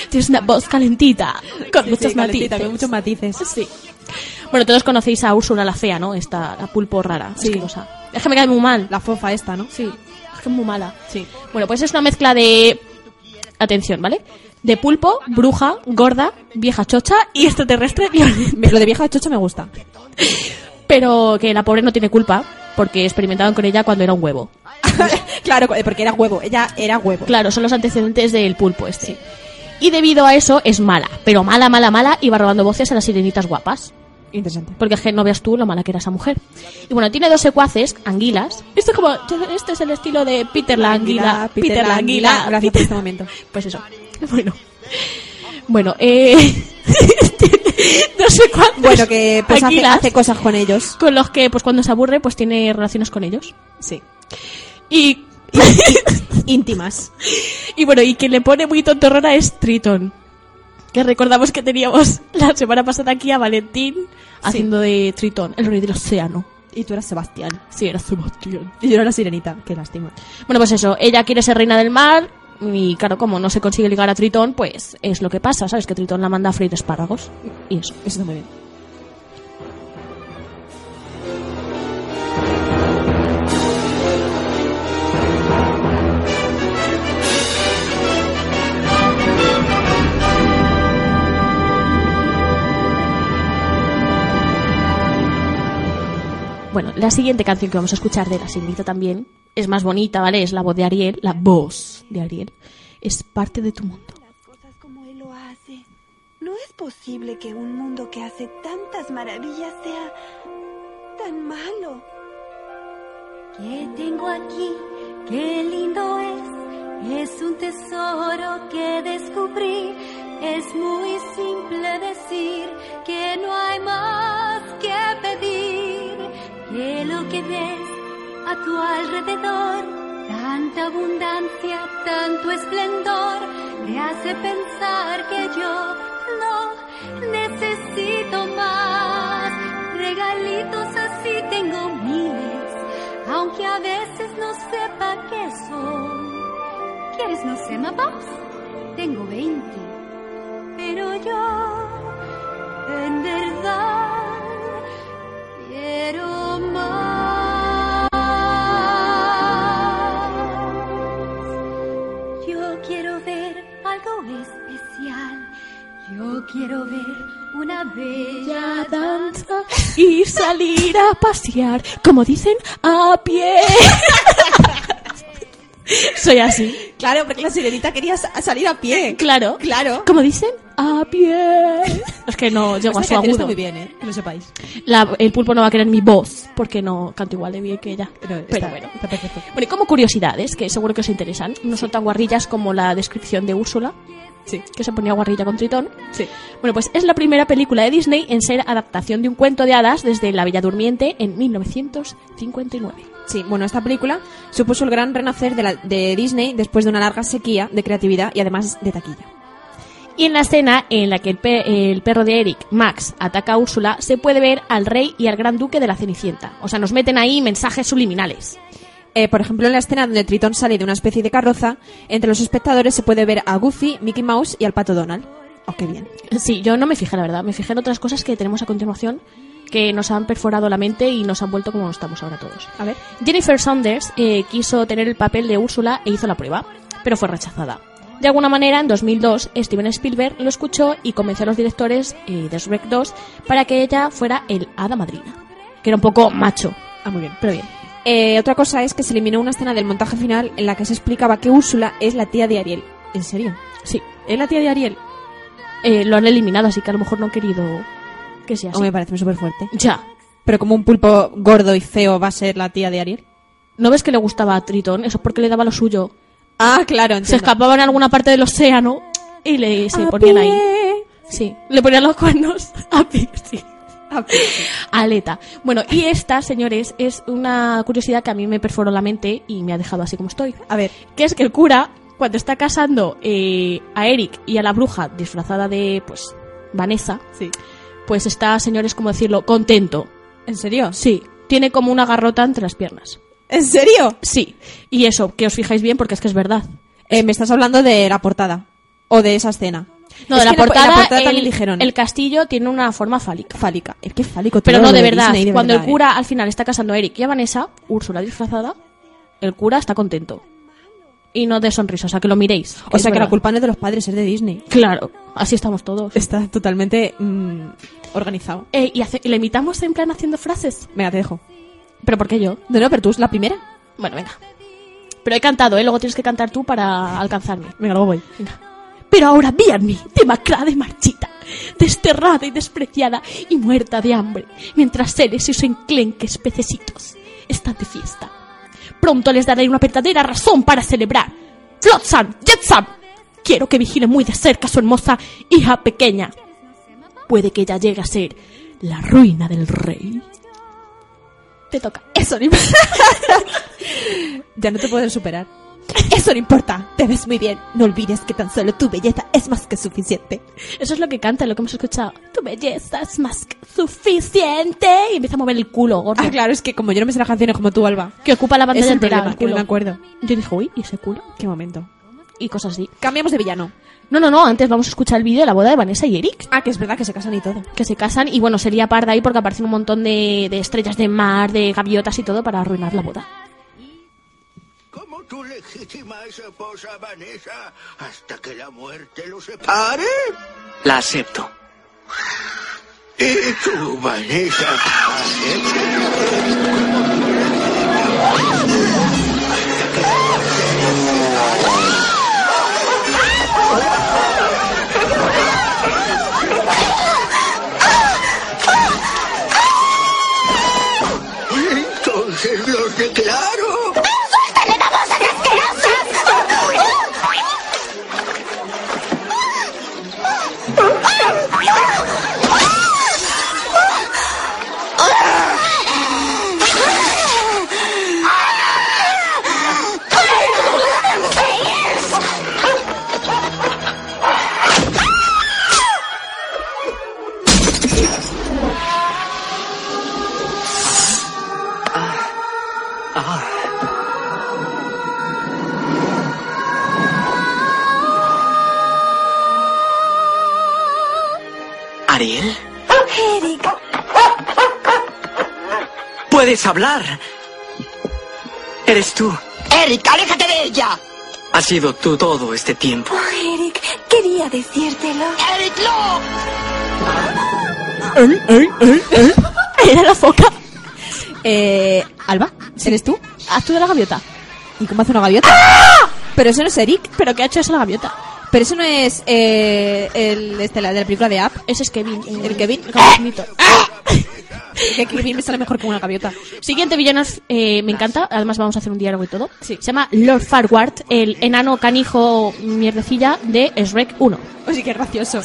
[SPEAKER 2] Tienes una voz calentita con
[SPEAKER 1] Sí,
[SPEAKER 2] muchos
[SPEAKER 1] sí,
[SPEAKER 2] matices.
[SPEAKER 1] calentita, con muchos matices.
[SPEAKER 2] Sí. Bueno, todos conocéis a Úrsula la fea, ¿no? Esta la pulpo rara,
[SPEAKER 1] Sí.
[SPEAKER 2] asquerosa. Es que me cae muy mal.
[SPEAKER 1] La fofa esta, ¿no?
[SPEAKER 2] Sí, es que es muy mala.
[SPEAKER 1] Sí.
[SPEAKER 2] Bueno, pues es una mezcla de. Atención, ¿vale? De pulpo, bruja, gorda, vieja chocha y extraterrestre <laughs> violenta.
[SPEAKER 1] Me- Lo de vieja chocha me gusta.
[SPEAKER 2] Pero que la pobre no tiene culpa porque experimentaron con ella cuando era un huevo.
[SPEAKER 1] <laughs> claro, porque era huevo. Ella era huevo.
[SPEAKER 2] Claro, son los antecedentes del pulpo este. Y debido a eso es mala, pero mala, mala, mala, y va robando voces a las sirenitas guapas.
[SPEAKER 1] Interesante.
[SPEAKER 2] Porque es que no veas tú lo mala que era esa mujer. Y bueno, tiene dos secuaces, anguilas. Esto es como, este es el estilo de Peter la anguila, Peter la anguila.
[SPEAKER 1] Gracias
[SPEAKER 2] <laughs>
[SPEAKER 1] por este momento.
[SPEAKER 2] Pues eso. Bueno. Bueno,
[SPEAKER 1] <laughs>
[SPEAKER 2] eh. <laughs> no sé cuántos.
[SPEAKER 1] Bueno, que pues hace,
[SPEAKER 2] anguilas
[SPEAKER 1] hace cosas con ellos.
[SPEAKER 2] Con los que, pues cuando se aburre, pues tiene relaciones con ellos.
[SPEAKER 1] Sí.
[SPEAKER 2] Y.
[SPEAKER 1] <laughs> Íntimas.
[SPEAKER 2] y bueno, y que le pone muy tontorrona es Triton. Que recordamos que teníamos la semana pasada aquí a Valentín haciendo de Triton, el rey del océano.
[SPEAKER 1] Y tú eras Sebastián.
[SPEAKER 2] Sí, era Sebastián.
[SPEAKER 1] Y yo era la sirenita. Qué lástima.
[SPEAKER 2] Bueno, pues eso, ella quiere ser reina del mar y claro, como no se consigue ligar a Tritón, pues es lo que pasa, ¿sabes? Que Tritón la manda a freír espárragos y eso.
[SPEAKER 1] Eso está muy bien.
[SPEAKER 2] Bueno, la siguiente canción que vamos a escuchar de La Sirenita también es más bonita, ¿vale? Es la voz de Ariel, la voz de Ariel. Es parte de tu mundo.
[SPEAKER 10] Las cosas como él lo hace. No es posible que un mundo que hace tantas maravillas sea tan malo.
[SPEAKER 11] ¿Qué tengo aquí? ¡Qué lindo es! Es un tesoro que descubrí. Es muy simple decir que no hay más que pedir. Que lo que ves a tu alrededor, tanta abundancia, tanto esplendor, me hace pensar que yo no necesito más. Regalitos así tengo miles, aunque a veces no sepa qué son. ¿Quieres no sé, mapas? Tengo 20, pero yo en verdad quiero más. Yo quiero ver algo especial. Yo quiero ver una bella danza
[SPEAKER 2] y salir a pasear, como dicen, a pie. <laughs> Soy así.
[SPEAKER 1] Claro, porque la sirenita quería sa- salir a pie.
[SPEAKER 2] Claro.
[SPEAKER 1] Claro.
[SPEAKER 2] Como dicen, a pie. Es que no llego a
[SPEAKER 1] Esta canción
[SPEAKER 2] su agudo.
[SPEAKER 1] está muy bien, ¿eh? Que lo sepáis.
[SPEAKER 2] La- el pulpo no va a querer mi voz, porque no canto igual de bien que ella.
[SPEAKER 1] Pero,
[SPEAKER 2] Pero,
[SPEAKER 1] está-
[SPEAKER 2] bueno.
[SPEAKER 1] está perfecto.
[SPEAKER 2] Bueno, y como curiosidades, que seguro que os interesan, no son tan guarrillas como la descripción de Úrsula,
[SPEAKER 1] Sí.
[SPEAKER 2] que se ponía guarrilla con Tritón.
[SPEAKER 1] Sí.
[SPEAKER 2] Bueno, pues es la primera película de Disney en ser adaptación de un cuento de hadas desde La Bella Durmiente en 1959.
[SPEAKER 1] Sí, bueno, esta película supuso el gran renacer de, la- de Disney después de una larga sequía de creatividad y además de taquilla.
[SPEAKER 2] Y en la escena en la que el, pe- el perro de Eric, Max, ataca a Úrsula, se puede ver al rey y al gran duque de la Cenicienta. O sea, nos meten ahí mensajes subliminales.
[SPEAKER 1] Eh, por ejemplo, en la escena donde Tritón sale de una especie de carroza, entre los espectadores se puede ver a Goofy, Mickey Mouse y al pato Donald. Oh, qué bien.
[SPEAKER 2] Sí, yo no me fijé, la verdad. Me fijé en otras cosas que tenemos a continuación que nos han perforado la mente y nos han vuelto como estamos ahora todos.
[SPEAKER 1] A ver.
[SPEAKER 2] Jennifer Saunders eh, quiso tener el papel de Úrsula e hizo la prueba, pero fue rechazada. De alguna manera, en 2002, Steven Spielberg lo escuchó y convenció a los directores eh, de Shrek 2 para que ella fuera el hada madrina, que era un poco macho,
[SPEAKER 1] Ah, muy bien.
[SPEAKER 2] pero bien.
[SPEAKER 1] Eh, otra cosa es que se eliminó una escena del montaje final en la que se explicaba que Úrsula es la tía de Ariel. ¿En serio?
[SPEAKER 2] Sí,
[SPEAKER 1] ¿Es la tía de Ariel?
[SPEAKER 2] eh, lo han eliminado, así que a lo mejor no han querido que sea
[SPEAKER 1] Oh,
[SPEAKER 2] así.
[SPEAKER 1] me parece súper fuerte.
[SPEAKER 2] Ya.
[SPEAKER 1] Pero como un pulpo gordo y feo va a ser la tía de Ariel.
[SPEAKER 2] ¿No ves que le gustaba a Tritón? Eso es porque le daba lo suyo.
[SPEAKER 1] Ah, claro,
[SPEAKER 2] se escapaban a alguna parte del océano y le se ponían ahí. Sí, le ponían los cuernos a pie, sí.
[SPEAKER 1] Ah,
[SPEAKER 2] Aleta. Bueno, y esta, señores, es una curiosidad que a mí me perforó la mente y me ha dejado así como estoy.
[SPEAKER 1] A ver,
[SPEAKER 2] Que es que el cura, cuando está casando eh, a Eric y a la bruja disfrazada de, pues, Vanessa,
[SPEAKER 1] sí.
[SPEAKER 2] pues está, señores, como decirlo, contento.
[SPEAKER 1] ¿En serio?
[SPEAKER 2] Sí, tiene como una garrota entre las piernas.
[SPEAKER 1] ¿En serio?
[SPEAKER 2] Sí, y eso, que os fijáis bien porque es que es verdad.
[SPEAKER 1] Eh, me estás hablando de la portada. O de esa escena.
[SPEAKER 2] No,
[SPEAKER 1] Es
[SPEAKER 2] de la
[SPEAKER 1] que en po- en
[SPEAKER 2] portada, el,
[SPEAKER 1] también dijeron. ¿eh?
[SPEAKER 2] el castillo tiene una forma fálica.
[SPEAKER 1] fálica. Es que es fálico
[SPEAKER 2] Pero
[SPEAKER 1] todo
[SPEAKER 2] no
[SPEAKER 1] lo
[SPEAKER 2] de verdad.
[SPEAKER 1] Disney, de
[SPEAKER 2] Cuando
[SPEAKER 1] verdad,
[SPEAKER 2] el
[SPEAKER 1] ¿eh?
[SPEAKER 2] cura al final está casando a Eric y a Vanessa, Úrsula disfrazada, el cura está contento. Y no de sonrisa, o sea, que lo miréis.
[SPEAKER 1] O
[SPEAKER 2] es
[SPEAKER 1] sea que la
[SPEAKER 2] verdad.
[SPEAKER 1] culpa no es de los padres, es de Disney.
[SPEAKER 2] Claro, así estamos todos.
[SPEAKER 1] Está totalmente mm, organizado.
[SPEAKER 2] Eh, y, hace- y la imitamos en plan haciendo frases.
[SPEAKER 1] Venga, te dejo.
[SPEAKER 2] ¿Pero por qué yo?
[SPEAKER 1] No, no, pero tú es la primera.
[SPEAKER 2] Bueno, venga. Pero he cantado, ¿eh? Luego tienes que cantar tú para alcanzarme.
[SPEAKER 1] Venga, luego voy.
[SPEAKER 2] Pero ahora míadme, demacrada y marchita, desterrada y despreciada y muerta de hambre, mientras seres y sus enclenques pececitos están de fiesta. Pronto les daré una verdadera razón para celebrar. Flotsam, Jetsam, quiero que vigile muy de cerca a su hermosa hija pequeña. Puede que ella llegue a ser la ruina del rey. Te toca.
[SPEAKER 1] Eso no
[SPEAKER 2] <laughs>
[SPEAKER 1] importa. ya no te puedes superar. Eso no importa. Te ves muy bien. No olvides que tan solo tu belleza es más que suficiente.
[SPEAKER 2] Eso es lo que canta, lo que hemos escuchado. Tu belleza es más que suficiente. Y empieza a mover el culo, gordo.
[SPEAKER 1] Ah, claro, es que como yo no me sé las canciones como tú, Alba.
[SPEAKER 2] que ocupa la pantalla
[SPEAKER 1] es el
[SPEAKER 2] entera,
[SPEAKER 1] problema,
[SPEAKER 2] el
[SPEAKER 1] que no
[SPEAKER 2] culo.
[SPEAKER 1] me acuerdo.
[SPEAKER 2] Yo dije, uy, ¿y ese culo?
[SPEAKER 1] Qué momento.
[SPEAKER 2] Y cosas así.
[SPEAKER 1] Cambiamos de villano.
[SPEAKER 2] No, no, no, antes vamos a escuchar el vídeo de la boda de Vanessa y Eric,
[SPEAKER 1] Ah, que es verdad que se casan y todo.
[SPEAKER 2] que se casan y bueno, sería parda ahí porque aparecen un montón de, de estrellas de mar, de gaviotas y todo para arruinar la boda.
[SPEAKER 12] Como tu legítima esposa Vanessa hasta que la muerte los separe?
[SPEAKER 6] La acepto.
[SPEAKER 12] ¿Y tú, Vanessa? Entonces los declaro.
[SPEAKER 13] puedes hablar. Eres tú.
[SPEAKER 9] Eric, aléjate de ella.
[SPEAKER 13] Has sido tú todo este tiempo.
[SPEAKER 10] Oh, Eric, quería decírtelo.
[SPEAKER 9] ¡Eric, no!
[SPEAKER 1] ¿Eh? ¿Eh? ¿Eh?
[SPEAKER 2] <laughs>
[SPEAKER 1] ¿Eh? Era la foca. Eh, Alba, ¿eres tú? Haz tú de la gaviota. ¿Y cómo hace una gaviota?
[SPEAKER 2] ¡Ah!
[SPEAKER 1] Pero eso no es Eric.
[SPEAKER 2] ¿Pero qué ha hecho esa la gaviota?
[SPEAKER 1] Pero eso no es eh, el, este, la de la película de App.
[SPEAKER 2] Ese es Kevin. El,
[SPEAKER 1] El Kevin. ¡Ah!
[SPEAKER 2] el ¡Ah! cabroncito.
[SPEAKER 1] <laughs> Que Kevin me sale mejor que una gaviota.
[SPEAKER 2] Siguiente villano es, eh, me encanta, además vamos a hacer un diálogo y todo. Se llama Lord Farquhar, el enano canijo mierdecilla de Shrek 1.
[SPEAKER 1] Oye, qué gracioso.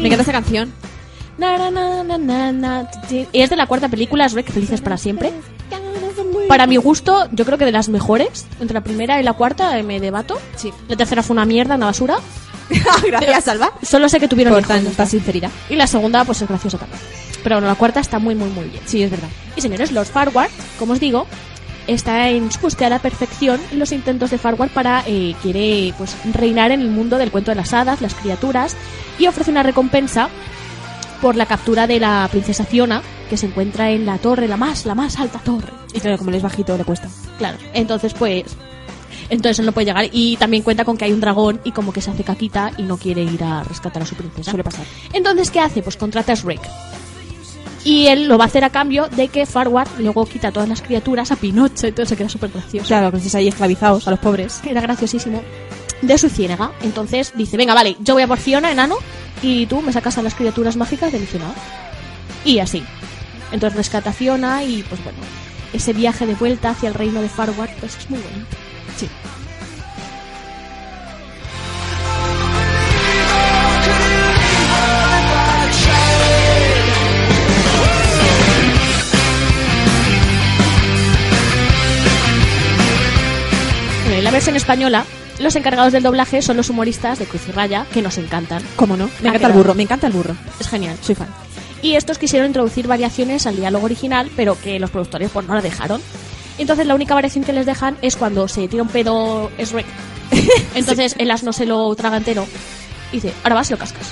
[SPEAKER 1] Me encanta esta canción.
[SPEAKER 2] Na, na, na, na, na, na, ti. Y es de la cuarta película, Shrek Felices para Siempre. Para mi gusto, yo creo que de las mejores. Entre la primera y la cuarta eh, me debato. Sí. La tercera fue una mierda, una basura.
[SPEAKER 1] <laughs> Gracias, Alba.
[SPEAKER 2] Solo sé que tuvieron
[SPEAKER 1] Por
[SPEAKER 2] hijos, ya
[SPEAKER 1] tanta
[SPEAKER 2] está.
[SPEAKER 1] sinceridad.
[SPEAKER 2] Y la segunda, pues es graciosa también. Pero bueno, la cuarta está muy, muy, muy bien.
[SPEAKER 1] Sí, es verdad.
[SPEAKER 2] Y señores, Lord Farward, como os digo, está en su búsqueda de la perfección y los intentos de Farward para eh, quiere pues reinar en el mundo del cuento de las hadas, las criaturas y ofrece una recompensa por la captura de la princesa Fiona que se encuentra en la torre, la más, la más alta torre.
[SPEAKER 1] Y claro, como les bajito, le cuesta.
[SPEAKER 2] Claro, entonces pues entonces él no puede llegar y también cuenta con que hay un dragón y como que se hace caquita y no quiere ir a rescatar a su princesa.
[SPEAKER 1] Suele pasar.
[SPEAKER 2] Entonces, ¿qué hace? Pues contrata a Shrek. Y él lo va a hacer a cambio de que Farward luego quita a todas las criaturas, a Pinocho y todo eso, que era súper gracioso.
[SPEAKER 1] Claro, que estáis ahí esclavizados a los pobres.
[SPEAKER 2] Era graciosísimo. De su ciénaga. Entonces dice, venga, vale, yo voy a por Fiona, enano, y tú me sacas a las criaturas mágicas de mi ciénaga. Y así. Entonces rescata a Fiona y, pues bueno, ese viaje de vuelta hacia el reino de Farward, pues es muy bonito. Sí. Bueno, en la versión española, los encargados del doblaje son los humoristas de Cruz y Raya, que nos encantan.
[SPEAKER 1] ¿Cómo no? Me
[SPEAKER 2] Ha
[SPEAKER 1] encanta el
[SPEAKER 2] quedado.
[SPEAKER 1] burro, me encanta el burro.
[SPEAKER 2] Es genial.
[SPEAKER 1] Soy fan.
[SPEAKER 2] Y estos quisieron introducir variaciones al diálogo original, pero que los productores pues, no la dejaron. Entonces la única variación que les dejan es cuando se tira un pedo
[SPEAKER 1] <laughs>
[SPEAKER 2] Shrek. Entonces el asno se lo traga entero y dice, ahora vas y lo cascas.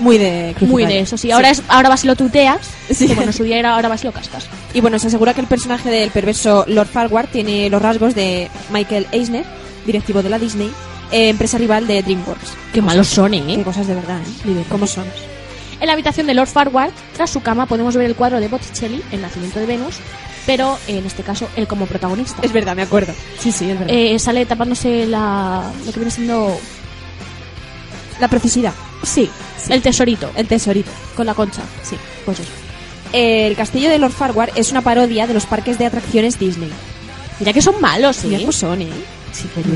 [SPEAKER 1] Muy de Cruz y
[SPEAKER 2] Muy
[SPEAKER 1] Raya.
[SPEAKER 2] de eso, sí. Ahora, Es, ahora vas y lo tuteas.
[SPEAKER 1] Sí.
[SPEAKER 2] que, bueno, en su día era ahora vas y lo cascas.
[SPEAKER 1] Y bueno, se asegura que el personaje del perverso Lord Farquhar tiene los rasgos de Michael Eisner, directivo de la Disney, eh, empresa rival de DreamWorks.
[SPEAKER 2] Qué malos son, ¿eh?
[SPEAKER 1] Qué cosas de verdad, ¿eh? Vive, ¿Cómo son?
[SPEAKER 2] En la habitación de Lord Farquhar, tras su cama, podemos ver el cuadro de Botticelli, El nacimiento de Venus, pero en este caso él como protagonista.
[SPEAKER 1] Es verdad, me acuerdo. Sí, sí, es verdad.
[SPEAKER 2] Eh, sale tapándose la, lo que viene siendo
[SPEAKER 1] la precisidad,
[SPEAKER 2] Sí, el tesorito
[SPEAKER 1] el tesorito.
[SPEAKER 2] con la concha. Sí, pues eso.
[SPEAKER 1] Eh, El castillo de Lord Farquhar es una parodia de los parques de atracciones Disney.
[SPEAKER 2] Mira que son malos, ¿eh?
[SPEAKER 1] Mira cómo son, ¿eh? Sí, pero qué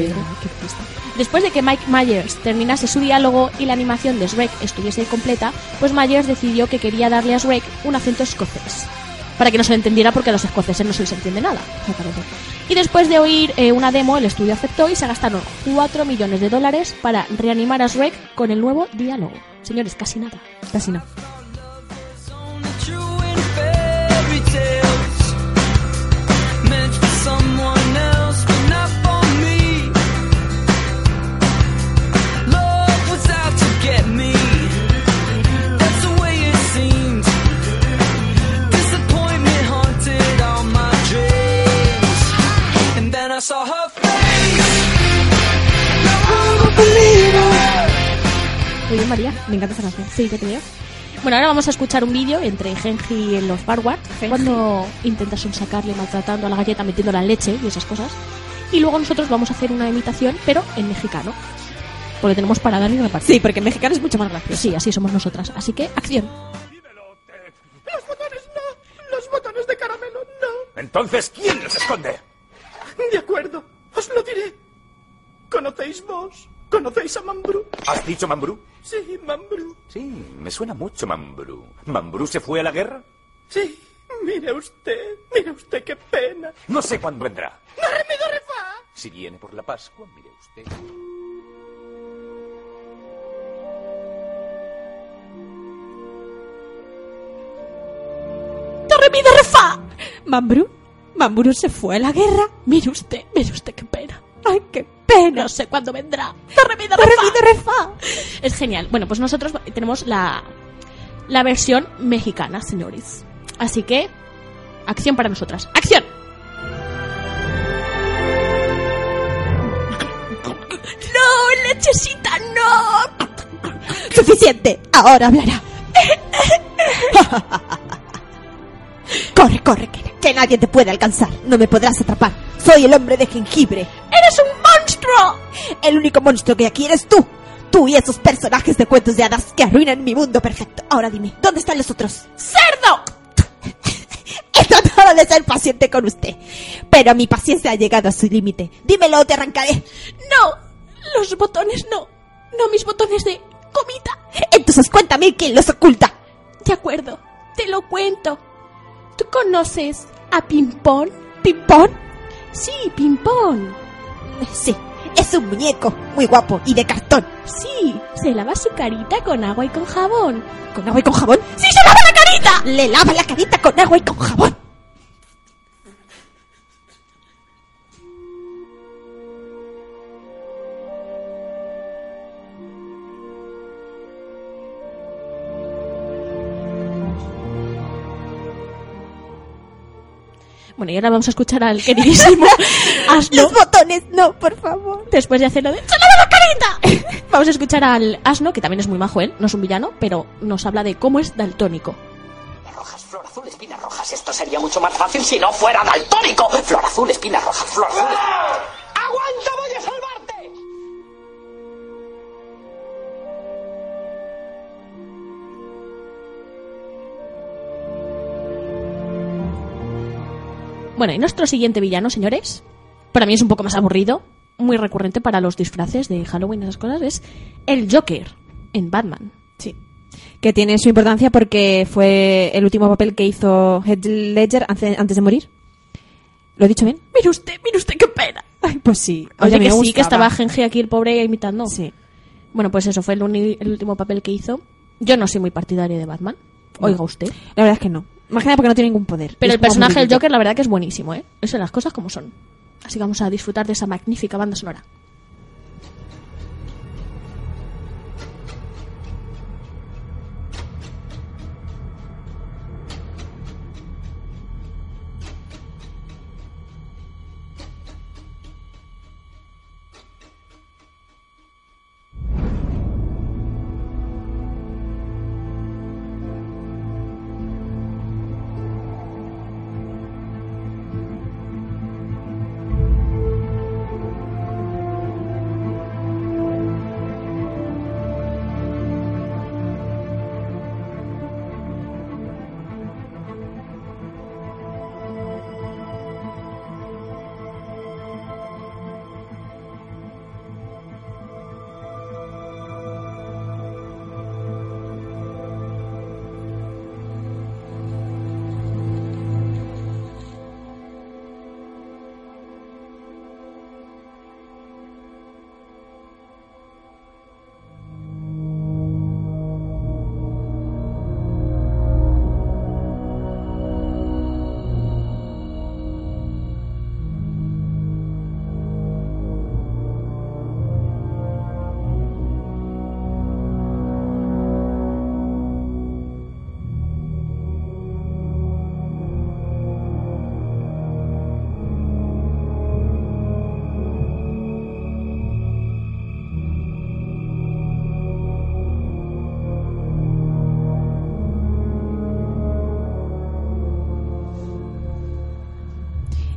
[SPEAKER 1] triste.
[SPEAKER 2] Después de que Mike Myers terminase su diálogo y la animación de Shrek estuviese completa, pues Myers decidió que quería darle a Shrek un acento escocés. Para que no se le entendiera porque a los escoceses no se les entiende nada. Y después de oír eh, una demo, el estudio aceptó y se gastaron 4 millones de dólares para reanimar a Shrek con el nuevo diálogo. Señores, casi nada.
[SPEAKER 1] Casi no.
[SPEAKER 2] Muy bien, María. Me encanta esta canción. Sí, te creo. Bueno, ahora vamos a escuchar un vídeo entre Genji y los Barward cuando intentas sacarle maltratando a la galleta, metiendo la leche y esas cosas. Y luego nosotros vamos a hacer una imitación, pero en mexicano. Porque tenemos para darle y repartir.
[SPEAKER 1] Sí, porque en mexicano es mucho más gracioso.
[SPEAKER 2] Sí, así somos nosotras. Así que, acción.
[SPEAKER 14] Los botones no, los botones de caramelo no.
[SPEAKER 15] Entonces, ¿quién los esconde?
[SPEAKER 14] De acuerdo, os
[SPEAKER 16] Os lo diré. ¿Conocéis vos? ¿Conocéis a Mambrú?
[SPEAKER 6] ¿Has dicho Mambrú?
[SPEAKER 16] Sí, Mambrú.
[SPEAKER 6] Sí, me suena mucho Mambrú. ¿Mambrú se fue a la guerra?
[SPEAKER 16] Sí, mire usted, mire usted qué pena.
[SPEAKER 6] No sé cuándo vendrá.
[SPEAKER 16] ¡Dorre, dorrefa!
[SPEAKER 6] Si viene por la Pascua, mire usted.
[SPEAKER 17] <laughs>
[SPEAKER 2] ¡Dorremido refa! Mambrú, Mambrú se fue a la guerra. Mire usted, mire usted qué pena.
[SPEAKER 1] ¡Ay, qué pena!
[SPEAKER 2] No sé cuándo vendrá.
[SPEAKER 1] ¡Dorremido refa!
[SPEAKER 2] Es genial. Bueno, pues nosotros tenemos la, la versión mexicana, señores. Así que, acción para nosotras. ¡Acción!
[SPEAKER 1] ¡No, lechecita, no! Suficiente, ahora hablará. corre, corre, que, que nadie te puede alcanzar. No me podrás atrapar. Soy el hombre de jengibre.
[SPEAKER 2] ¡Eres un monstruo!
[SPEAKER 1] El único monstruo que aquí eres tú. Tú y esos personajes de cuentos de hadas que arruinan mi mundo perfecto. Ahora dime, ¿dónde están los otros? <laughs>
[SPEAKER 2] ¡Cerdo!
[SPEAKER 1] He tratado de ser paciente con usted, pero mi paciencia ha llegado a su límite. Dímelo o te arrancaré.
[SPEAKER 2] No, los botones no. No mis botones de comita.
[SPEAKER 1] Entonces cuéntame quién los oculta.
[SPEAKER 2] De acuerdo, te lo cuento. ¿Tú conoces a Pimpón?
[SPEAKER 1] ¿Pimpón?
[SPEAKER 2] Sí, Pimpón.
[SPEAKER 1] Sí, es un muñeco muy guapo y de cartón.
[SPEAKER 2] Sí, se lava su carita con agua y con jabón.
[SPEAKER 1] ¿Con agua y con jabón?
[SPEAKER 2] ¡Sí, se lava la carita!
[SPEAKER 1] Le lava la carita con agua y con jabón.
[SPEAKER 2] Bueno, y ahora vamos a escuchar
[SPEAKER 1] <laughs>
[SPEAKER 2] al queridísimo Asno.
[SPEAKER 1] Los botones, no, por favor.
[SPEAKER 2] Después de hacerlo de ¡Se la carita! <laughs> vamos a escuchar al Asno, que también es muy majo él, no es un villano, pero nos habla de cómo es daltónico.
[SPEAKER 18] Rojas, flor azul, espinas rojas. Esto sería mucho más fácil si no fuera daltónico. Flor azul, espinas rojas, flor azul.
[SPEAKER 19] ¡Aguanta, voy a salvarte!
[SPEAKER 2] Bueno, y nuestro siguiente villano, señores, para mí es un poco más aburrido, muy recurrente para los disfraces de Halloween y esas cosas, es el Joker en Batman.
[SPEAKER 1] Sí. Que tiene su importancia porque fue el último papel que hizo Heath Ledger ance- antes de morir. ¿Lo he dicho bien?
[SPEAKER 2] Mire usted, mire usted, qué pena.
[SPEAKER 1] Ay, pues sí.
[SPEAKER 2] Oye,
[SPEAKER 1] me
[SPEAKER 2] que sí,
[SPEAKER 1] gustaba.
[SPEAKER 2] que estaba Genji aquí el pobre imitando.
[SPEAKER 1] Sí.
[SPEAKER 2] Bueno, pues eso fue el, uni- el último papel que hizo. Yo no soy muy partidario de Batman. Oiga
[SPEAKER 1] No.
[SPEAKER 2] usted.
[SPEAKER 1] La verdad es que no. Más que nada porque no tiene ningún poder.
[SPEAKER 2] Pero
[SPEAKER 1] Es
[SPEAKER 2] el
[SPEAKER 1] como
[SPEAKER 2] personaje del
[SPEAKER 1] aburridito.
[SPEAKER 2] Joker, la verdad que es buenísimo, ¿eh? Eso, las cosas como son. Así que vamos a disfrutar de esa magnífica banda sonora.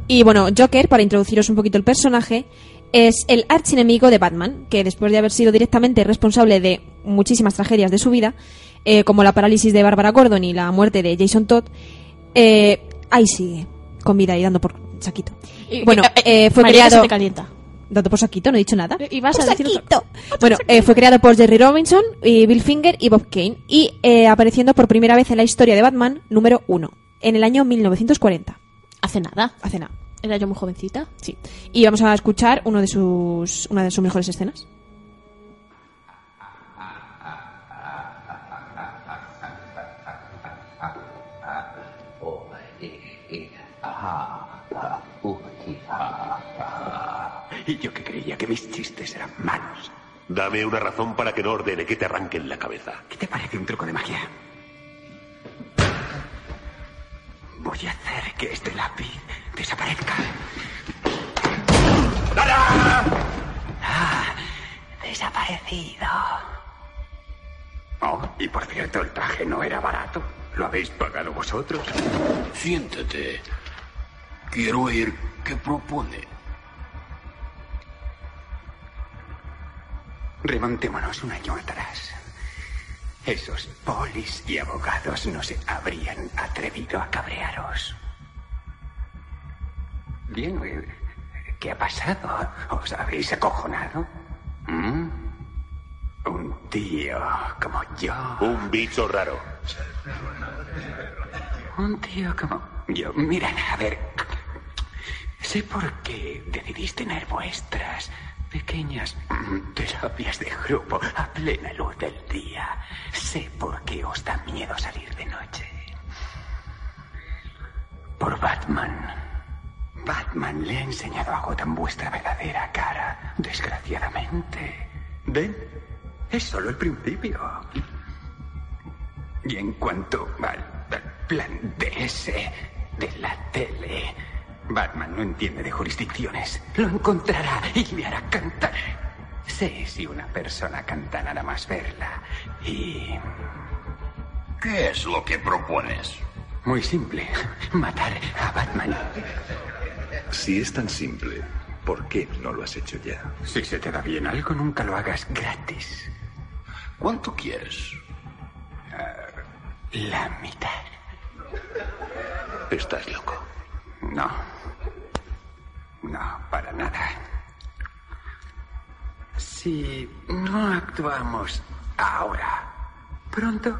[SPEAKER 1] Y bueno, Joker, para introduciros un poquito el personaje, es el archienemigo de Batman, que después de haber sido directamente responsable de muchísimas tragedias de su vida, eh, como la parálisis de Barbara Gordon y la muerte de Jason Todd, eh, ahí sigue, con vida y dando por saquito.
[SPEAKER 2] Y-
[SPEAKER 1] Bueno,
[SPEAKER 2] eh, eh,
[SPEAKER 1] eh, fue
[SPEAKER 2] María, que se
[SPEAKER 1] creado.
[SPEAKER 2] te calienta. Eh,
[SPEAKER 1] Dato por saquito, no he dicho nada.
[SPEAKER 2] Y vas
[SPEAKER 1] Por
[SPEAKER 2] a decir otra
[SPEAKER 1] saquito. Bueno, eh, fue creado por Jerry Robinson, y Bill Finger y Bob Kane y eh, apareciendo por primera vez en la historia de Batman número 1 en el año 1940.
[SPEAKER 2] Hace nada.
[SPEAKER 1] Hace nada.
[SPEAKER 2] Era yo muy jovencita. Sí.
[SPEAKER 1] Y vamos a escuchar uno de sus, una de sus mejores escenas.
[SPEAKER 6] Y yo que creía que mis chistes eran malos.
[SPEAKER 17] Dame una razón para que no ordene que te arranquen la cabeza.
[SPEAKER 6] ¿Qué te parece un truco de magia? Voy a hacer que este lápiz desaparezca. ¡Tara! Ah, desaparecido. Oh, y por cierto, el traje no era barato. ¿Lo habéis pagado vosotros?
[SPEAKER 12] Siéntate. Quiero oír qué propone.
[SPEAKER 6] Remontémonos un año atrás. Esos polis y abogados no se habrían atrevido a cabrearos. Bien, eh, ¿qué ha pasado? ¿Os habéis acojonado? ¿Mm? Un tío como yo.
[SPEAKER 17] Un bicho raro.
[SPEAKER 6] Un tío como yo. Mirad, a ver. Sé por qué decidís tener vuestras pequeñas mm, terapias de grupo a plena luz del día. Sé por qué os da miedo salir de noche. Por Batman. Batman le ha enseñado a Gotham vuestra verdadera cara, desgraciadamente. ¿Ven? Es solo el principio. Y en cuanto al, al plan de ese de la tele, Batman no entiende de jurisdicciones. Lo encontrará y me hará cantar. Sé si una persona canta nada más verla. Y
[SPEAKER 12] ¿Qué es lo que propones?
[SPEAKER 6] muy simple, matar a Batman.
[SPEAKER 5] Si es tan simple, ¿por qué no lo has hecho ya?
[SPEAKER 6] Si se te da bien algo, nunca lo hagas gratis.
[SPEAKER 12] ¿Cuánto quieres?
[SPEAKER 6] Ah, La mitad.
[SPEAKER 17] Estás loco.
[SPEAKER 6] No. No, para nada. Si no actuamos ahora, pronto,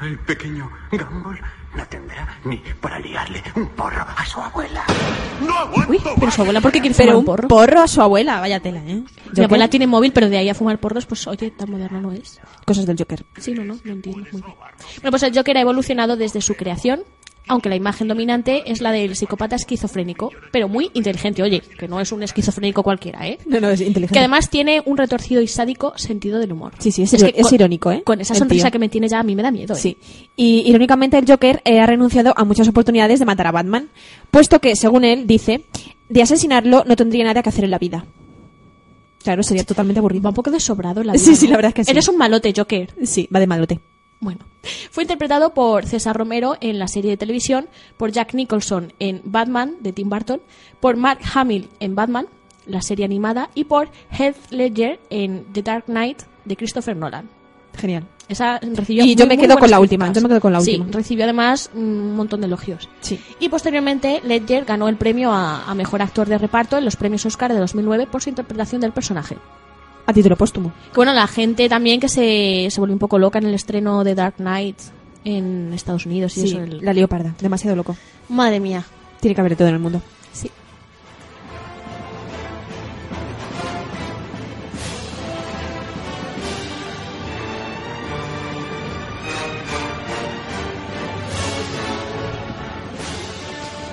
[SPEAKER 6] el pequeño Gumball no tendrá ni para liarle un porro a su abuela.
[SPEAKER 2] Uy, pero su abuela, ¿por qué quiere
[SPEAKER 1] Pero
[SPEAKER 2] fumar un
[SPEAKER 1] un
[SPEAKER 2] porro?
[SPEAKER 1] porro a su abuela, vaya tela, ¿eh?
[SPEAKER 2] Mi abuela
[SPEAKER 1] Joker,
[SPEAKER 2] tiene móvil, pero de ahí a fumar porros, pues oye, tan moderno no es.
[SPEAKER 1] Cosas del Joker.
[SPEAKER 2] Sí, no, no, no entiendo. Muy bien. Bueno, pues el Joker ha evolucionado desde su creación, aunque la imagen dominante es la del psicópata esquizofrénico, pero muy inteligente. Oye, que no es un esquizofrénico cualquiera, ¿eh?
[SPEAKER 1] No, no, es inteligente.
[SPEAKER 2] Que además tiene un retorcido y sádico sentido del humor.
[SPEAKER 1] Sí, sí, es,
[SPEAKER 2] que
[SPEAKER 1] iro- es
[SPEAKER 2] con-
[SPEAKER 1] irónico, ¿eh?
[SPEAKER 2] Con esa
[SPEAKER 1] El
[SPEAKER 2] sonrisa
[SPEAKER 1] tío.
[SPEAKER 2] que me tiene ya a mí me da miedo. ¿eh?
[SPEAKER 1] Sí. Y irónicamente el Joker eh, ha renunciado a muchas oportunidades de matar a Batman, puesto que, según él, dice, de asesinarlo no tendría nada que hacer en la vida. Claro, sería totalmente aburrido.
[SPEAKER 2] Va un poco desobrado la vida.
[SPEAKER 1] <laughs> Sí, sí,
[SPEAKER 2] ¿no?
[SPEAKER 1] la verdad es que sí.
[SPEAKER 2] Eres un malote, Joker.
[SPEAKER 1] Sí, va de malote.
[SPEAKER 2] Bueno, fue interpretado por César Romero en la serie de televisión, por Jack Nicholson en Batman de Tim Burton, por Mark Hamill en Batman, la serie animada, y por Heath Ledger en The Dark Knight de Christopher Nolan.
[SPEAKER 1] Genial.
[SPEAKER 2] Esa recibió
[SPEAKER 1] Y yo
[SPEAKER 2] muy,
[SPEAKER 1] me
[SPEAKER 2] muy
[SPEAKER 1] quedo con la
[SPEAKER 2] buenas
[SPEAKER 1] última,
[SPEAKER 2] críticas.
[SPEAKER 1] yo me quedo con la última.
[SPEAKER 2] Sí, recibió además un montón de elogios.
[SPEAKER 1] Sí.
[SPEAKER 2] Y posteriormente Ledger ganó el premio a, a mejor actor de reparto en los premios Oscar de 2009 por su interpretación del personaje.
[SPEAKER 1] A título póstumo.
[SPEAKER 2] Que bueno, la gente también que se, se volvió un poco loca en el estreno de Dark Knight en Estados Unidos y
[SPEAKER 1] Sí,
[SPEAKER 2] eso. el-
[SPEAKER 1] la leoparda. Demasiado loco.
[SPEAKER 2] Madre mía.
[SPEAKER 1] Tiene que haber de todo en el mundo.
[SPEAKER 2] Sí.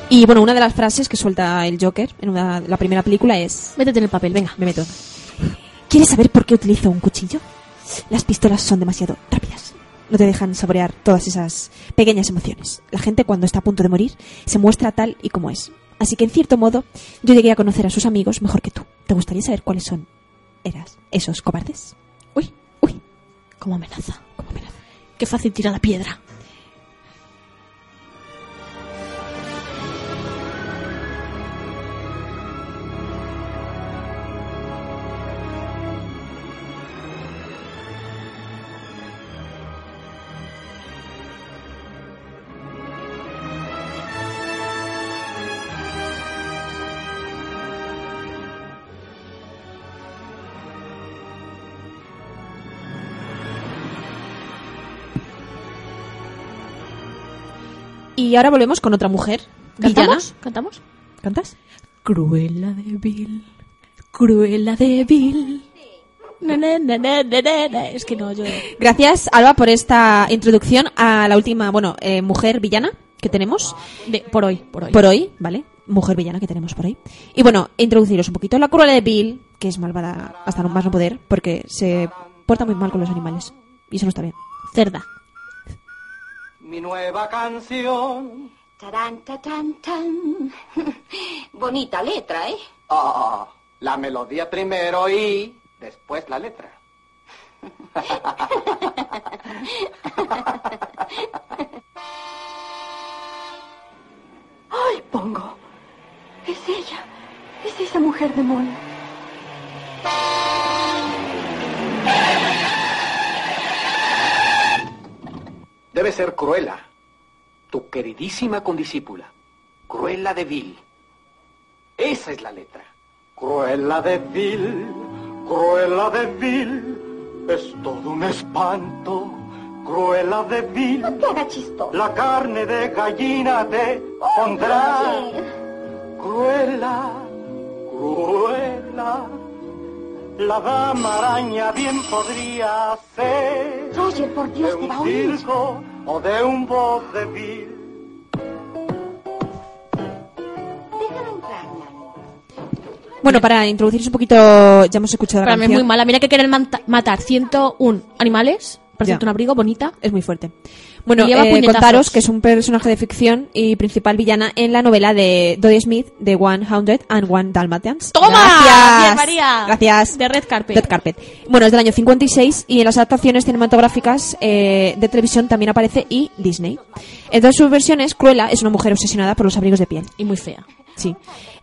[SPEAKER 1] Y bueno, una de las frases que suelta el Joker en una- la primera película es...
[SPEAKER 2] Métete en el papel, venga.
[SPEAKER 1] Me meto. ¿Quieres saber por qué utilizo un cuchillo? Las pistolas son demasiado rápidas. No te dejan saborear todas esas pequeñas emociones. La gente cuando está a punto de morir se muestra tal y como es. Así que en cierto modo yo llegué a conocer a sus amigos mejor que tú. ¿Te gustaría saber cuáles son eras esos cobardes? Uy, uy,
[SPEAKER 2] Como amenaza.
[SPEAKER 1] como amenaza.
[SPEAKER 2] Qué fácil tira la piedra.
[SPEAKER 1] Y ahora volvemos con otra mujer. Villana.
[SPEAKER 2] ¿Cantamos? ¿Cantamos?
[SPEAKER 1] ¿Cantas?
[SPEAKER 2] Cruella débil, cruella débil. Na, na, na, na, na, na, na. Es que no, yo...
[SPEAKER 1] Gracias, Alba, por esta introducción a la última, bueno, eh, mujer villana que tenemos.
[SPEAKER 2] De- por hoy, por hoy.
[SPEAKER 1] Por hoy, ¿vale? Mujer villana que tenemos por ahí. Y bueno, introduciros un poquito la cruela de Bill, que es malvada hasta no más no poder, porque se porta muy mal con los animales. Y eso no está bien.
[SPEAKER 2] Cerda.
[SPEAKER 16] Mi nueva canción.
[SPEAKER 3] Tarán, tarán,
[SPEAKER 4] <laughs>
[SPEAKER 3] tan. Bonita letra, ¿eh?
[SPEAKER 16] Ah, la melodía primero y después la letra.
[SPEAKER 10] ¡Ay, Pongo! Es ella. Es esa mujer demonio.
[SPEAKER 16] Debe ser Cruella, tu queridísima condiscípula, Cruella de Vil. Esa es la letra. Cruella de Vil, Cruella de Vil, es todo un espanto. Cruella de Vil, la carne de gallina te pondrá. Cruella, Cruella, la dama araña bien podría ser.
[SPEAKER 3] Roger, por Dios,
[SPEAKER 16] de
[SPEAKER 3] te va a
[SPEAKER 16] un
[SPEAKER 3] oír.
[SPEAKER 16] circo o de un vodevil.
[SPEAKER 1] Bueno, para introduciros un poquito, ya hemos escuchado la
[SPEAKER 2] Para mí es
[SPEAKER 1] canción.
[SPEAKER 2] muy mala. Mira que quieren manta- matar 101 animales. Por
[SPEAKER 1] Ya.
[SPEAKER 2] cierto, un abrigo bonita.
[SPEAKER 1] Es muy fuerte. Bueno,
[SPEAKER 2] Y lleva
[SPEAKER 1] eh,
[SPEAKER 2] puñetazos.
[SPEAKER 1] contaros que es un personaje de ficción y principal villana en la novela de Dodie Smith, The One Hundred and One Dalmatians.
[SPEAKER 2] ¡Toma! Bien,
[SPEAKER 1] Gracias.
[SPEAKER 2] María.
[SPEAKER 1] Gracias.
[SPEAKER 2] De Red Carpet.
[SPEAKER 1] Red Carpet. Bueno, es del año 56 y en las adaptaciones cinematográficas eh, de televisión también aparece y Disney. En todas sus versiones, Cruella es una mujer obsesionada por los abrigos de piel.
[SPEAKER 2] Y muy fea.
[SPEAKER 1] Sí.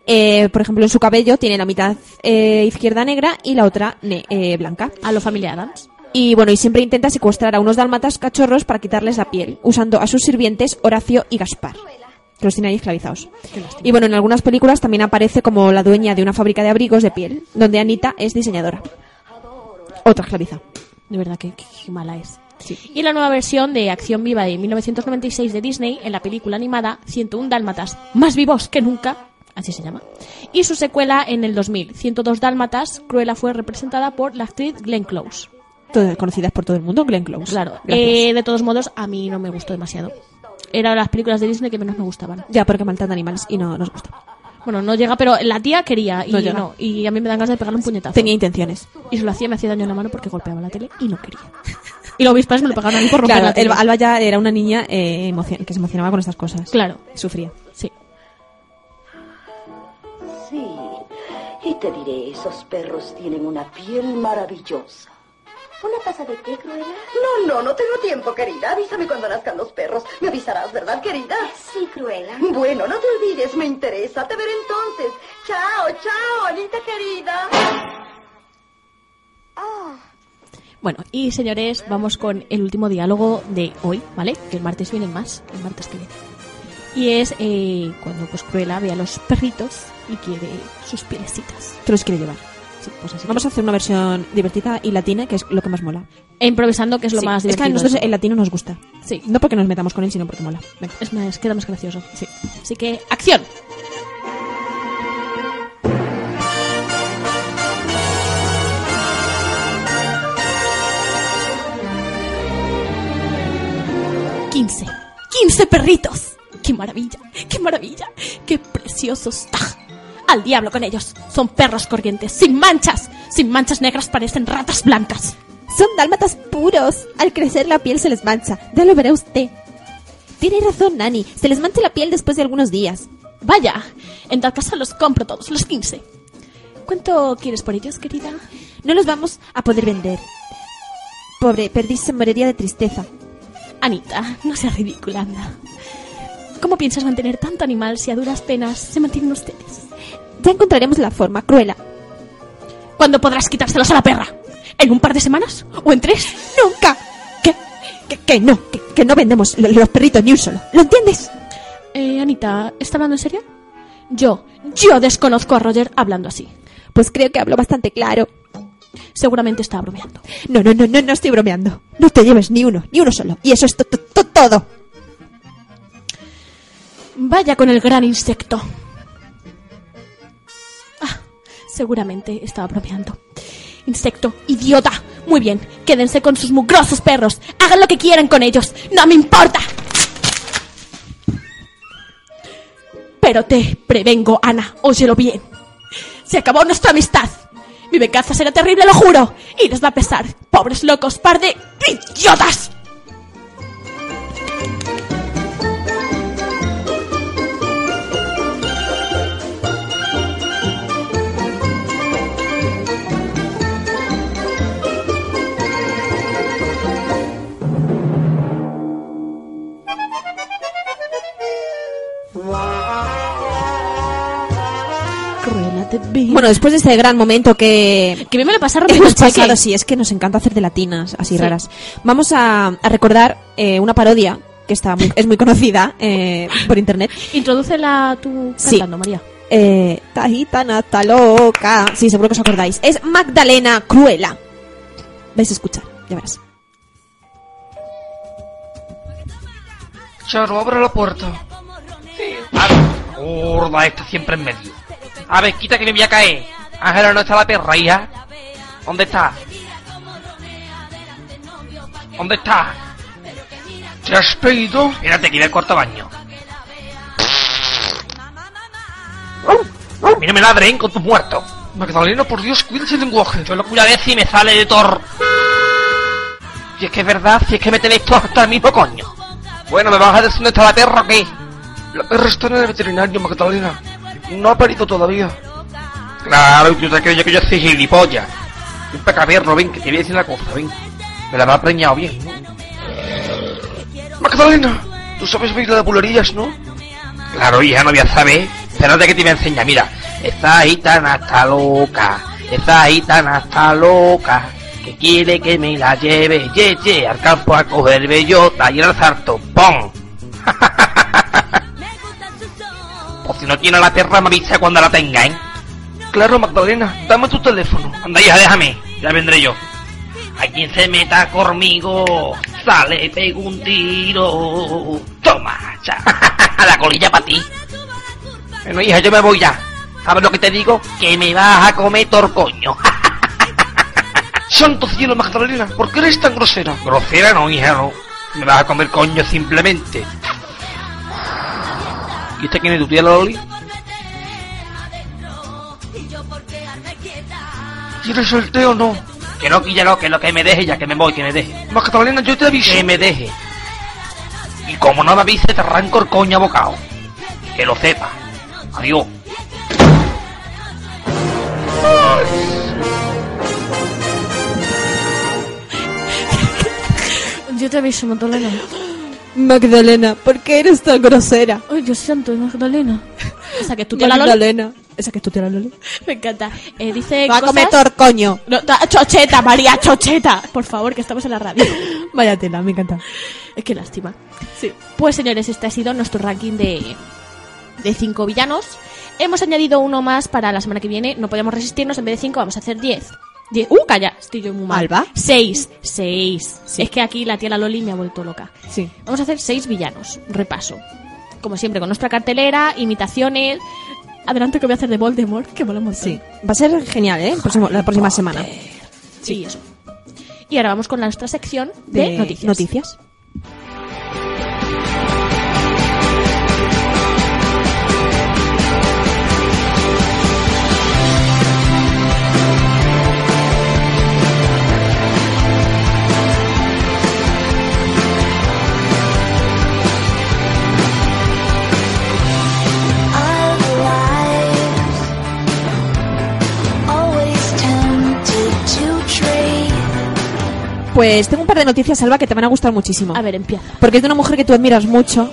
[SPEAKER 1] Eh, por ejemplo, en su cabello tiene la mitad eh, izquierda negra y la otra ne- eh, blanca.
[SPEAKER 2] A lo familiar Adams.
[SPEAKER 1] Y bueno, y siempre intenta secuestrar a unos dálmatas cachorros para quitarles la piel, usando a sus sirvientes Horacio y Gaspar, que los tiene ahí esclavizados. Y bueno, en algunas películas también aparece como la dueña de una fábrica de abrigos de piel, donde Anita es diseñadora. Otra esclaviza.
[SPEAKER 2] De verdad que, que- que mala es. Y la nueva versión de Acción Viva de 1996 de Disney en la película animada 101 Dálmatas, más vivos que nunca, así se llama. Y su secuela en el 2000, 102 Dálmatas, Cruella fue representada por la actriz Glenn Close.
[SPEAKER 1] Todas conocidas por todo el mundo, Glenn Close.
[SPEAKER 2] Claro,
[SPEAKER 1] Gracias.
[SPEAKER 2] eh, de todos modos, a mí no me gustó demasiado. Era de las películas de Disney que menos me gustaban.
[SPEAKER 1] Ya, porque maltrata animales y no nos gusta.
[SPEAKER 2] Bueno, no llega, pero la tía quería y
[SPEAKER 1] No
[SPEAKER 2] no,
[SPEAKER 1] llega.
[SPEAKER 2] y a mí me dan ganas de pegarle un puñetazo.
[SPEAKER 1] Tenía intenciones.
[SPEAKER 2] Y se lo hacía, me hacía daño en la mano porque golpeaba la tele y no quería. Y los mis padres me lo pagaron a mí por romper
[SPEAKER 1] Claro,
[SPEAKER 2] la tele.
[SPEAKER 1] el- Alba ya era una niña eh, emocion- que se emocionaba con estas cosas.
[SPEAKER 2] Claro.
[SPEAKER 1] Sufría.
[SPEAKER 2] Sí.
[SPEAKER 4] Sí, y te diré, esos perros tienen una piel maravillosa.
[SPEAKER 3] ¿Una taza de qué, Cruella?
[SPEAKER 4] No, no, no tengo tiempo, querida. Avísame cuando nazcan los perros. Me avisarás, ¿verdad, querida?
[SPEAKER 3] Sí, Cruella.
[SPEAKER 4] Bueno, no te olvides, me interesa. Te veré entonces. Chao, chao, Anita querida.
[SPEAKER 2] Bueno, y señores, vamos con el último diálogo de hoy, ¿vale? Que el martes vienen más, el martes que viene. Y es eh, cuando pues Cruella ve a los perritos y quiere sus pielecitas.
[SPEAKER 1] Te los quiere llevar.
[SPEAKER 2] pues
[SPEAKER 1] Vamos a hacer una versión divertida y latina, que es lo que más mola.
[SPEAKER 2] E improvisando, que es lo
[SPEAKER 1] Sí,
[SPEAKER 2] más
[SPEAKER 1] Es que
[SPEAKER 2] divertido.
[SPEAKER 1] a nosotros
[SPEAKER 2] eso.
[SPEAKER 1] el latino nos gusta.
[SPEAKER 2] Sí.
[SPEAKER 1] No porque nos metamos con él, sino porque mola. Venga.
[SPEAKER 2] Es más, queda más gracioso. Sí. Así que, ¡acción! ¡15! ¡15 perritos! ¡Qué maravilla! ¡Qué maravilla! ¡Qué preciosos! ¡Taj! ¡Al diablo con ellos! Son perros corrientes, sin manchas. Sin manchas negras parecen ratas blancas.
[SPEAKER 20] Son dálmatas puros. Al crecer la piel se les mancha. Ya lo verá usted. Tiene razón, Nani. Se les mancha la piel después de algunos días.
[SPEAKER 2] Vaya, en tal caso los compro todos, los 15. ¿Cuánto quieres por ellos, querida?
[SPEAKER 20] No los vamos a poder vender. Pobre, perdiz se moriría de tristeza.
[SPEAKER 2] Anita, no seas ridícula, anda. ¿Cómo piensas mantener tanto animal si a duras penas se mantienen ustedes?
[SPEAKER 20] Ya encontraremos la forma, Cruela.
[SPEAKER 2] ¿Cuándo podrás quitárselos a la perra? ¿En un par de semanas? ¿O en tres? ¡Nunca!
[SPEAKER 20] ¿Qué? Que, que no, que, que no vendemos lo- los perritos ni un solo. ¿Lo entiendes?
[SPEAKER 2] Eh, Anita, ¿está hablando en serio? Yo, yo desconozco a Roger hablando así.
[SPEAKER 20] Pues creo que hablo bastante claro.
[SPEAKER 2] Seguramente está bromeando.
[SPEAKER 20] No, no, no, no, no estoy bromeando. No te lleves ni uno, ni uno solo. Y eso es to- to- to- todo.
[SPEAKER 2] Vaya con el gran insecto. Ah, seguramente estaba bromeando. Insecto, idiota. Muy bien, quédense con sus mugrosos perros. Hagan lo que quieran con ellos. No me importa. Pero te prevengo, Ana. Óyelo bien. Se acabó nuestra amistad. Mi venganza será terrible, lo juro. Y les va a pesar. Pobres locos, par de idiotas.
[SPEAKER 1] Bueno, después de este gran momento que...
[SPEAKER 2] Que bien me lo pasaron
[SPEAKER 1] Hemos pasado, sí, es que nos encanta hacer de latinas así
[SPEAKER 2] Sí.
[SPEAKER 1] raras. Vamos a, a recordar eh, una parodia que está muy- es muy conocida eh, por internet.
[SPEAKER 2] Introdúcela tú
[SPEAKER 1] Sí.
[SPEAKER 2] cantando, María.
[SPEAKER 1] Eh, "Ta gitana, ta loca. Sí, seguro que os acordáis. Es Magdalena Cruela. Vais a escuchar, ya verás.
[SPEAKER 18] Chorro, abre la puerta. Gorda, está siempre en medio. A ver, quita que me voy a caer. Ángela, no está la perra, hija? ¿Dónde está? ¿Dónde está? ¿Te has pedido? Espérate, que iré al cuarto baño. A mí no me ladren con tus muertos. Magdalena, por Dios, cuida ese lenguaje. Yo lo cuidaré si me sale de tor... Si es que es verdad, si es que me tenéis todos hasta el mismo coño. Bueno, ¿me vas a decir dónde está la perra o qué? La perra está en el veterinario, Magdalena. No ha parido todavía. Claro, y tú te crees que yo soy gilipollas. Ven para acá, perro, ven, que te voy a decir una cosa, ven. Me la va preñado bien. Magdalena, tú sabes bailar de bulerías, ¿no? Claro, hija, no voy a saber. Espérate que te voy a enseñar, mira. Esa gitana está loca, esa gitana está loca, que quiere que me la lleve, ye, ye, al campo a coger bellota y al sarto, ¡pum! <laughs> Por si no tiene a la perra, me avisa cuando la tenga, ¿eh? Claro, Magdalena, dame tu teléfono. Anda, hija, déjame, ya vendré yo. A quien se meta conmigo, sale, pega un tiro. Toma, ya. la colilla para ti. Bueno, hija, yo me voy ya. ¿Sabes lo que te digo? Que me vas a comer torcoño. <laughs> Santo cielo, Magdalena, ¿por qué eres tan grosera? Grosera no, hija, no. Me vas a comer coño simplemente. ¿Y este quién es tu tía Loli? ¿Tienes solteo o no? Que no, que ya no, que lo que me deje ya, que me voy, que me deje. Magdalena, yo te aviso. Que me deje. Y como no me avise, te arranco el coño a bocado. Que lo sepa. Adiós.
[SPEAKER 2] Yo te aviso, Magdalena.
[SPEAKER 1] Magdalena, ¿por qué eres tan grosera?
[SPEAKER 2] Ay, Dios santo, Magdalena.
[SPEAKER 1] <laughs>
[SPEAKER 2] Esa que tú te la Loli.
[SPEAKER 1] Magdalena. ¿Esa que es tu tía la Loli?
[SPEAKER 2] <laughs> Me encanta. Eh, dice
[SPEAKER 1] Va a
[SPEAKER 2] cosas...
[SPEAKER 1] comer torcoño.
[SPEAKER 2] <laughs> No, ta- chocheta, María, chocheta. Por favor, que estamos en
[SPEAKER 1] <laughs>
[SPEAKER 2] la radio.
[SPEAKER 1] Vaya tela, me encanta.
[SPEAKER 2] Es que lástima. Sí. Pues señores, este ha sido nuestro ranking de, de cinco villanos. Hemos añadido uno más para la semana que viene. No podemos resistirnos. En vez de cinco, vamos a hacer diez. Die- ¡Uh, calla! Estoy yo muy mal.
[SPEAKER 1] Alba.
[SPEAKER 2] Seis. Seis. Es que aquí la tía la Loli me ha vuelto loca.
[SPEAKER 1] Sí.
[SPEAKER 2] Vamos a hacer seis villanos. Repaso. Como siempre, con nuestra cartelera, imitaciones. Adelante que voy a hacer de Voldemort, que mola un montón.
[SPEAKER 1] Sí. Va a ser genial, ¿eh? El próximo- la próxima semana.
[SPEAKER 2] Sí, eso. Y ahora vamos con nuestra sección de,
[SPEAKER 1] De
[SPEAKER 2] noticias.
[SPEAKER 1] noticias. Pues tengo un par de noticias, Alba, que te van a gustar muchísimo.
[SPEAKER 2] A ver, empieza.
[SPEAKER 1] Porque es de una mujer que tú admiras mucho.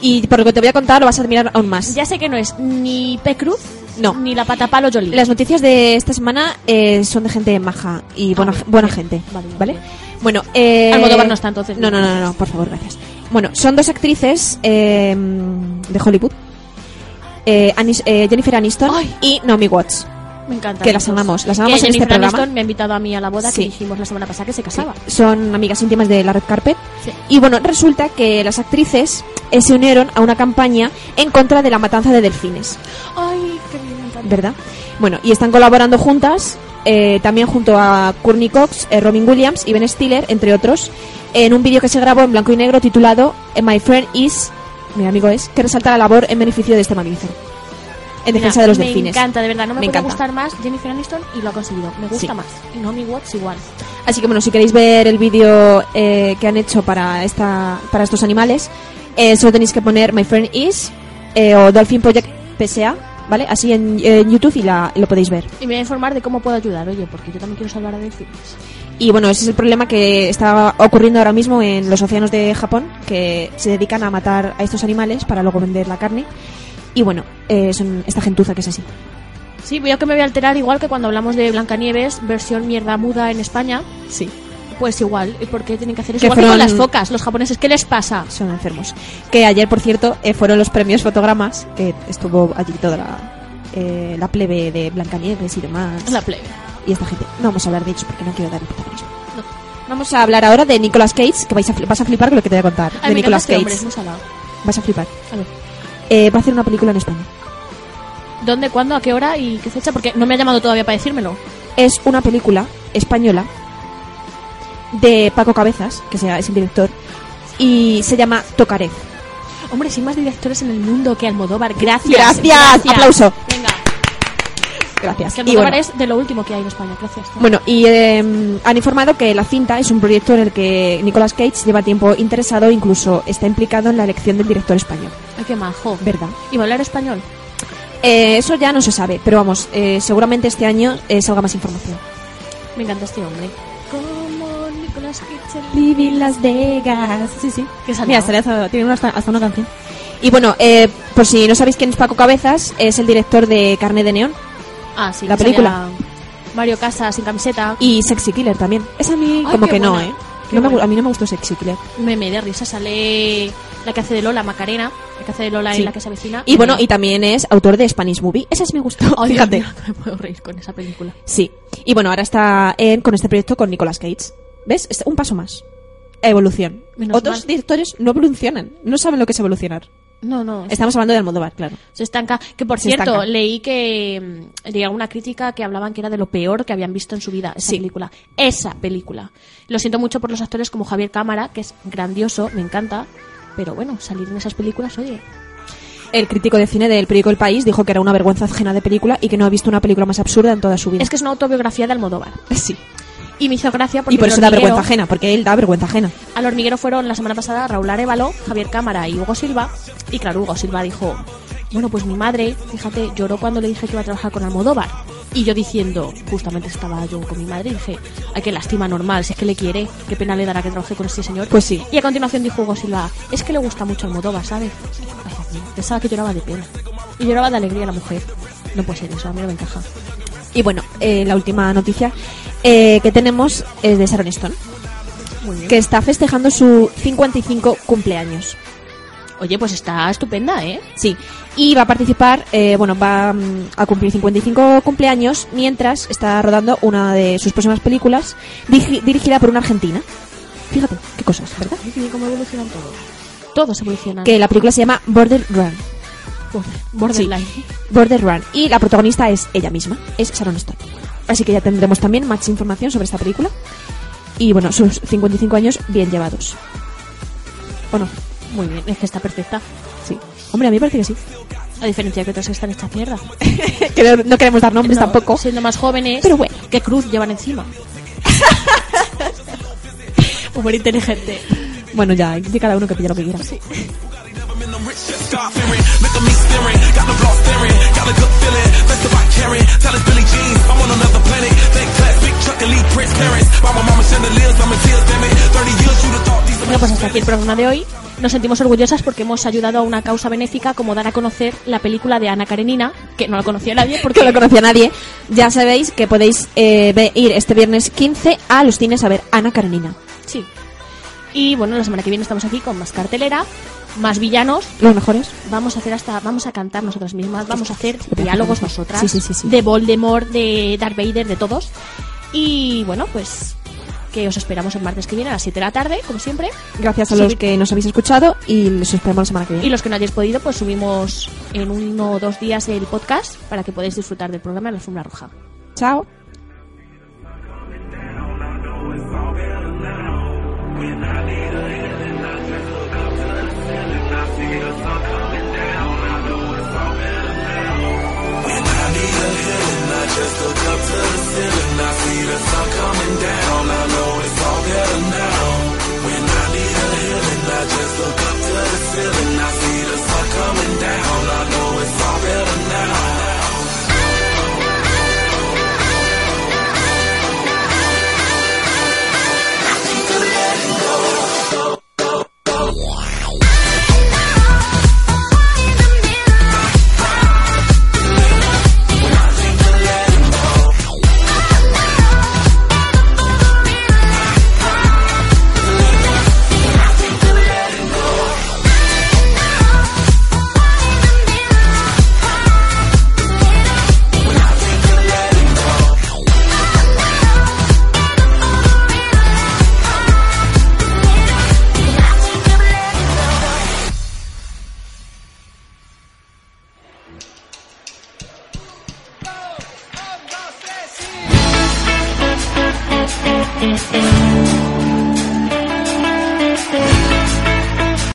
[SPEAKER 1] Y por lo que te voy a contar lo vas a admirar aún más.
[SPEAKER 2] Ya sé que no es ni P. Cruz,
[SPEAKER 1] No.
[SPEAKER 2] ni la patapalo Jolie.
[SPEAKER 1] Las noticias de esta semana eh, son de gente maja
[SPEAKER 2] Ah,
[SPEAKER 1] y buena, buena gente. Vale. Bueno, eh,
[SPEAKER 2] Almodóvar no está, entonces.
[SPEAKER 1] No, no, no, no, por favor, gracias. Bueno, son dos actrices eh, de Hollywood. Eh, Anis- eh, Jennifer Aniston y Naomi Watts.
[SPEAKER 2] Me encanta.
[SPEAKER 1] Que las amamos, las amamos
[SPEAKER 2] Que
[SPEAKER 1] en este
[SPEAKER 2] Jennifer
[SPEAKER 1] programa.
[SPEAKER 2] Aniston me ha invitado a mí a la boda
[SPEAKER 1] Sí.
[SPEAKER 2] que dijimos la semana pasada que se casaba.
[SPEAKER 1] son amigas íntimas de la red carpet. Y bueno, resulta que las actrices eh, se unieron a una campaña en contra de la matanza de delfines,
[SPEAKER 2] Ay, qué bien, me encanta.
[SPEAKER 1] ¿verdad? Bueno, y están colaborando juntas, eh, también junto a Courtney Cox, eh, Robin Williams y Ben Stiller, entre otros, en un vídeo que se grabó en blanco y negro titulado eh, My Friend Is, mi amigo es, que resalta la labor en beneficio de este mamífero. En defensa
[SPEAKER 2] Mira,
[SPEAKER 1] de los
[SPEAKER 2] me
[SPEAKER 1] delfines.
[SPEAKER 2] Me encanta, de verdad. No me,
[SPEAKER 1] Me
[SPEAKER 2] puede
[SPEAKER 1] encanta.
[SPEAKER 2] gustar más Jennifer Aniston y lo ha conseguido. Me gusta
[SPEAKER 1] Sí.
[SPEAKER 2] más. Y Naomi Watts igual.
[SPEAKER 1] Así que bueno, si queréis ver el vídeo eh, que han hecho para esta para estos animales, eh, solo tenéis que poner My Friend Is eh, o Dolphin Project PSA, ¿vale? Así en, en YouTube y la, lo podéis ver.
[SPEAKER 2] Y me voy a informar de cómo puedo ayudar, oye, porque yo también quiero salvar a delfines.
[SPEAKER 1] Y bueno, ese es el problema que está ocurriendo ahora mismo en los océanos de Japón, que se dedican a matar a estos animales para luego vender la carne. Y bueno, eh, son esta gentuza que es así.
[SPEAKER 2] Sí, veo que me voy a alterar igual que cuando hablamos de Blancanieves, versión mierda muda en España.
[SPEAKER 1] Sí.
[SPEAKER 2] Pues igual, ¿y por qué tienen que hacer eso?
[SPEAKER 1] Que
[SPEAKER 2] Igual que con
[SPEAKER 1] fueron-
[SPEAKER 2] las focas, los japoneses, ¿qué les pasa?
[SPEAKER 1] Son enfermos. Que ayer, por cierto, eh, fueron los premios fotogramas, que estuvo allí toda la, eh, la plebe de Blancanieves y demás.
[SPEAKER 2] La plebe.
[SPEAKER 1] Y esta gente. No vamos a hablar de ellos porque no quiero dar el protagonismo. Vamos a hablar ahora de Nicolas Cage, que vais a, fli- vas a flipar con lo que te voy a contar. de
[SPEAKER 2] Ay, me
[SPEAKER 1] Nicolas
[SPEAKER 2] Nicolas
[SPEAKER 1] Cage.
[SPEAKER 2] Hombre, es muy salado.
[SPEAKER 1] vas a flipar.
[SPEAKER 2] A ver.
[SPEAKER 1] Eh, va a hacer una película en España.
[SPEAKER 2] ¿Dónde, cuándo, a qué hora y qué fecha? Porque no me ha llamado todavía para decírmelo.
[SPEAKER 1] Es una película española de Paco Cabezas, que sea, es el director, y se llama Tocaré.
[SPEAKER 2] Hombre, sin más directores en el mundo que Almodóvar. Gracias.
[SPEAKER 1] Gracias. Aplauso.
[SPEAKER 2] Venga.
[SPEAKER 1] Gracias.
[SPEAKER 2] Que
[SPEAKER 1] Y
[SPEAKER 2] Almodóvar
[SPEAKER 1] bueno.
[SPEAKER 2] es de lo último que hay en España. Gracias.
[SPEAKER 1] Bueno, y eh, han informado que la cinta es un proyecto en el que Nicolas Cage lleva tiempo interesado, incluso está implicado en la elección del director español.
[SPEAKER 2] Ay, qué majo.
[SPEAKER 1] ¿Verdad?
[SPEAKER 2] ¿Y va a hablar español?
[SPEAKER 1] Eh, eso ya no se sabe, pero vamos, eh, seguramente este año eh, salga más información.
[SPEAKER 2] Me encanta este hombre. Como Nicolas Cage.
[SPEAKER 1] Vivi Las Vegas. Sí, sí.
[SPEAKER 2] Que salió.
[SPEAKER 1] Mira, sale hasta, tiene una- hasta, hasta una canción. Y bueno, eh, por si no sabéis quién es Paco Cabezas, es el director de Carne de Neón
[SPEAKER 2] Ah, sí.
[SPEAKER 1] La
[SPEAKER 2] que salía
[SPEAKER 1] película.
[SPEAKER 2] Mario Casas sin camiseta.
[SPEAKER 1] y Sexy Killer también. Es a mí
[SPEAKER 2] Ay,
[SPEAKER 1] como
[SPEAKER 2] qué
[SPEAKER 1] que no,
[SPEAKER 2] buena.
[SPEAKER 1] ¿eh?
[SPEAKER 2] Qué
[SPEAKER 1] No me gu-
[SPEAKER 2] buena.
[SPEAKER 1] a mí no me gustó Sexy Killer.
[SPEAKER 2] Me me de risa. Sale la que hace de Lola, Macarena. La que hace de Lola
[SPEAKER 1] Sí.
[SPEAKER 2] en la que se avecina.
[SPEAKER 1] Y bueno, y también es autor de Spanish Movie. Esa sí me gustó,
[SPEAKER 2] Oh, Dios
[SPEAKER 1] fíjate.
[SPEAKER 2] mío, <laughs> no me puedo reír con esa película.
[SPEAKER 1] Sí. Y bueno, ahora está en- con este proyecto con Nicolas Cage. ¿Ves? Es un paso más. Evolución.
[SPEAKER 2] Menos
[SPEAKER 1] Otros
[SPEAKER 2] mal.
[SPEAKER 1] directores no evolucionan. No saben lo que es evolucionar.
[SPEAKER 2] No, no. es-
[SPEAKER 1] Estamos hablando de Almodóvar, claro.
[SPEAKER 2] Se estanca. Que por
[SPEAKER 1] Se
[SPEAKER 2] cierto,
[SPEAKER 1] estanca.
[SPEAKER 2] leí que mm, leía una crítica que hablaban que era de lo peor que habían visto en su vida esa película. Esa película. Lo siento mucho por los actores como Javier Cámara, que es grandioso, me encanta. Pero bueno, salir en esas películas, oye.
[SPEAKER 1] El crítico de cine del periódico El País dijo que era una vergüenza ajena de película y que no ha visto una película más absurda en toda su vida.
[SPEAKER 2] Es que es una autobiografía de Almodóvar.
[SPEAKER 1] Sí.
[SPEAKER 2] Y me hizo gracia porque.
[SPEAKER 1] Y por
[SPEAKER 2] el
[SPEAKER 1] eso da
[SPEAKER 2] hormiguero-
[SPEAKER 1] vergüenza ajena, porque él da vergüenza ajena.
[SPEAKER 2] Al hormiguero fueron la semana pasada Raúl Arevalo, Javier Cámara y Hugo Silva. Y claro, Hugo Silva dijo, bueno, pues mi madre, fíjate, lloró cuando le dije que iba a trabajar con Almodóvar. Y yo diciendo, justamente estaba yo con mi madre, y dije, ay, qué lástima normal, si es que le quiere, qué pena le dará que trabaje con este señor.
[SPEAKER 1] Pues sí.
[SPEAKER 2] Y a continuación dijo Hugo Silva, es que le gusta mucho Almodóvar, ¿sabes? Ay, Dios mío, Pensaba que lloraba de pena. Y lloraba de alegría la mujer. No puede ser eso, a mí no me encaja.
[SPEAKER 1] Y bueno, eh, la última noticia eh, que tenemos es de Sharon Stone,
[SPEAKER 2] Muy bien.
[SPEAKER 1] que está festejando su 55 cumpleaños.
[SPEAKER 2] Oye, pues está estupenda, ¿eh?
[SPEAKER 1] Sí, y va a participar, eh, bueno, va mm, a cumplir 55 cumpleaños mientras está rodando una de sus próximas películas digi- dirigida por una argentina. Fíjate, qué cosas, ¿verdad?
[SPEAKER 2] Y cómo evolucionan todos. Todos evolucionan.
[SPEAKER 1] Que la película se llama Border Run.
[SPEAKER 2] Borderline.
[SPEAKER 1] Sí, Border Run. Y la protagonista es ella misma, es Sharon Stone. Así que ya tendremos también más información sobre esta película. Y bueno, sus 55 años bien llevados. ¿O no?
[SPEAKER 2] Muy bien, es que está perfecta.
[SPEAKER 1] Sí. Hombre, a mí me parece que
[SPEAKER 2] <laughs>
[SPEAKER 1] sí.
[SPEAKER 2] A diferencia de que otras que están en esta tierra.
[SPEAKER 1] Que no- no queremos dar nombres
[SPEAKER 2] No,
[SPEAKER 1] tampoco.
[SPEAKER 2] Siendo más jóvenes.
[SPEAKER 1] Pero bueno.
[SPEAKER 2] ¿Qué cruz llevan encima? <laughs> Humor inteligente.
[SPEAKER 1] Bueno, ya, de cada uno que pilla lo que quiera.
[SPEAKER 2] Bueno, pues hasta aquí el programa de hoy. Nos sentimos orgullosas porque hemos ayudado a una causa benéfica como dar a conocer la película de Ana Karenina, <laughs> que no la conocía nadie
[SPEAKER 1] Porque
[SPEAKER 2] porque
[SPEAKER 1] no lo conocía nadie. Ya sabéis que podéis eh, ve- ir este viernes 15 a los cines a ver Ana Karenina.
[SPEAKER 2] Sí. Y bueno, la semana que viene estamos aquí con más cartelera. más villanos.
[SPEAKER 1] Los mejores.
[SPEAKER 2] Vamos a hacer hasta, vamos a cantar nosotras mismas, vamos a hacer diálogos nosotras. Sí, sí, sí, de Voldemort, de Darth Vader, de todos. Y bueno, pues que os esperamos el martes que viene a las 7 de la tarde, como siempre.
[SPEAKER 1] Gracias a los que nos habéis escuchado y los esperamos la semana que viene.
[SPEAKER 2] Y los que no hayáis podido, pues subimos en uno o dos días el podcast para que podáis disfrutar del programa de la Fórmula Roja.
[SPEAKER 1] Chao.
[SPEAKER 7] Thank you.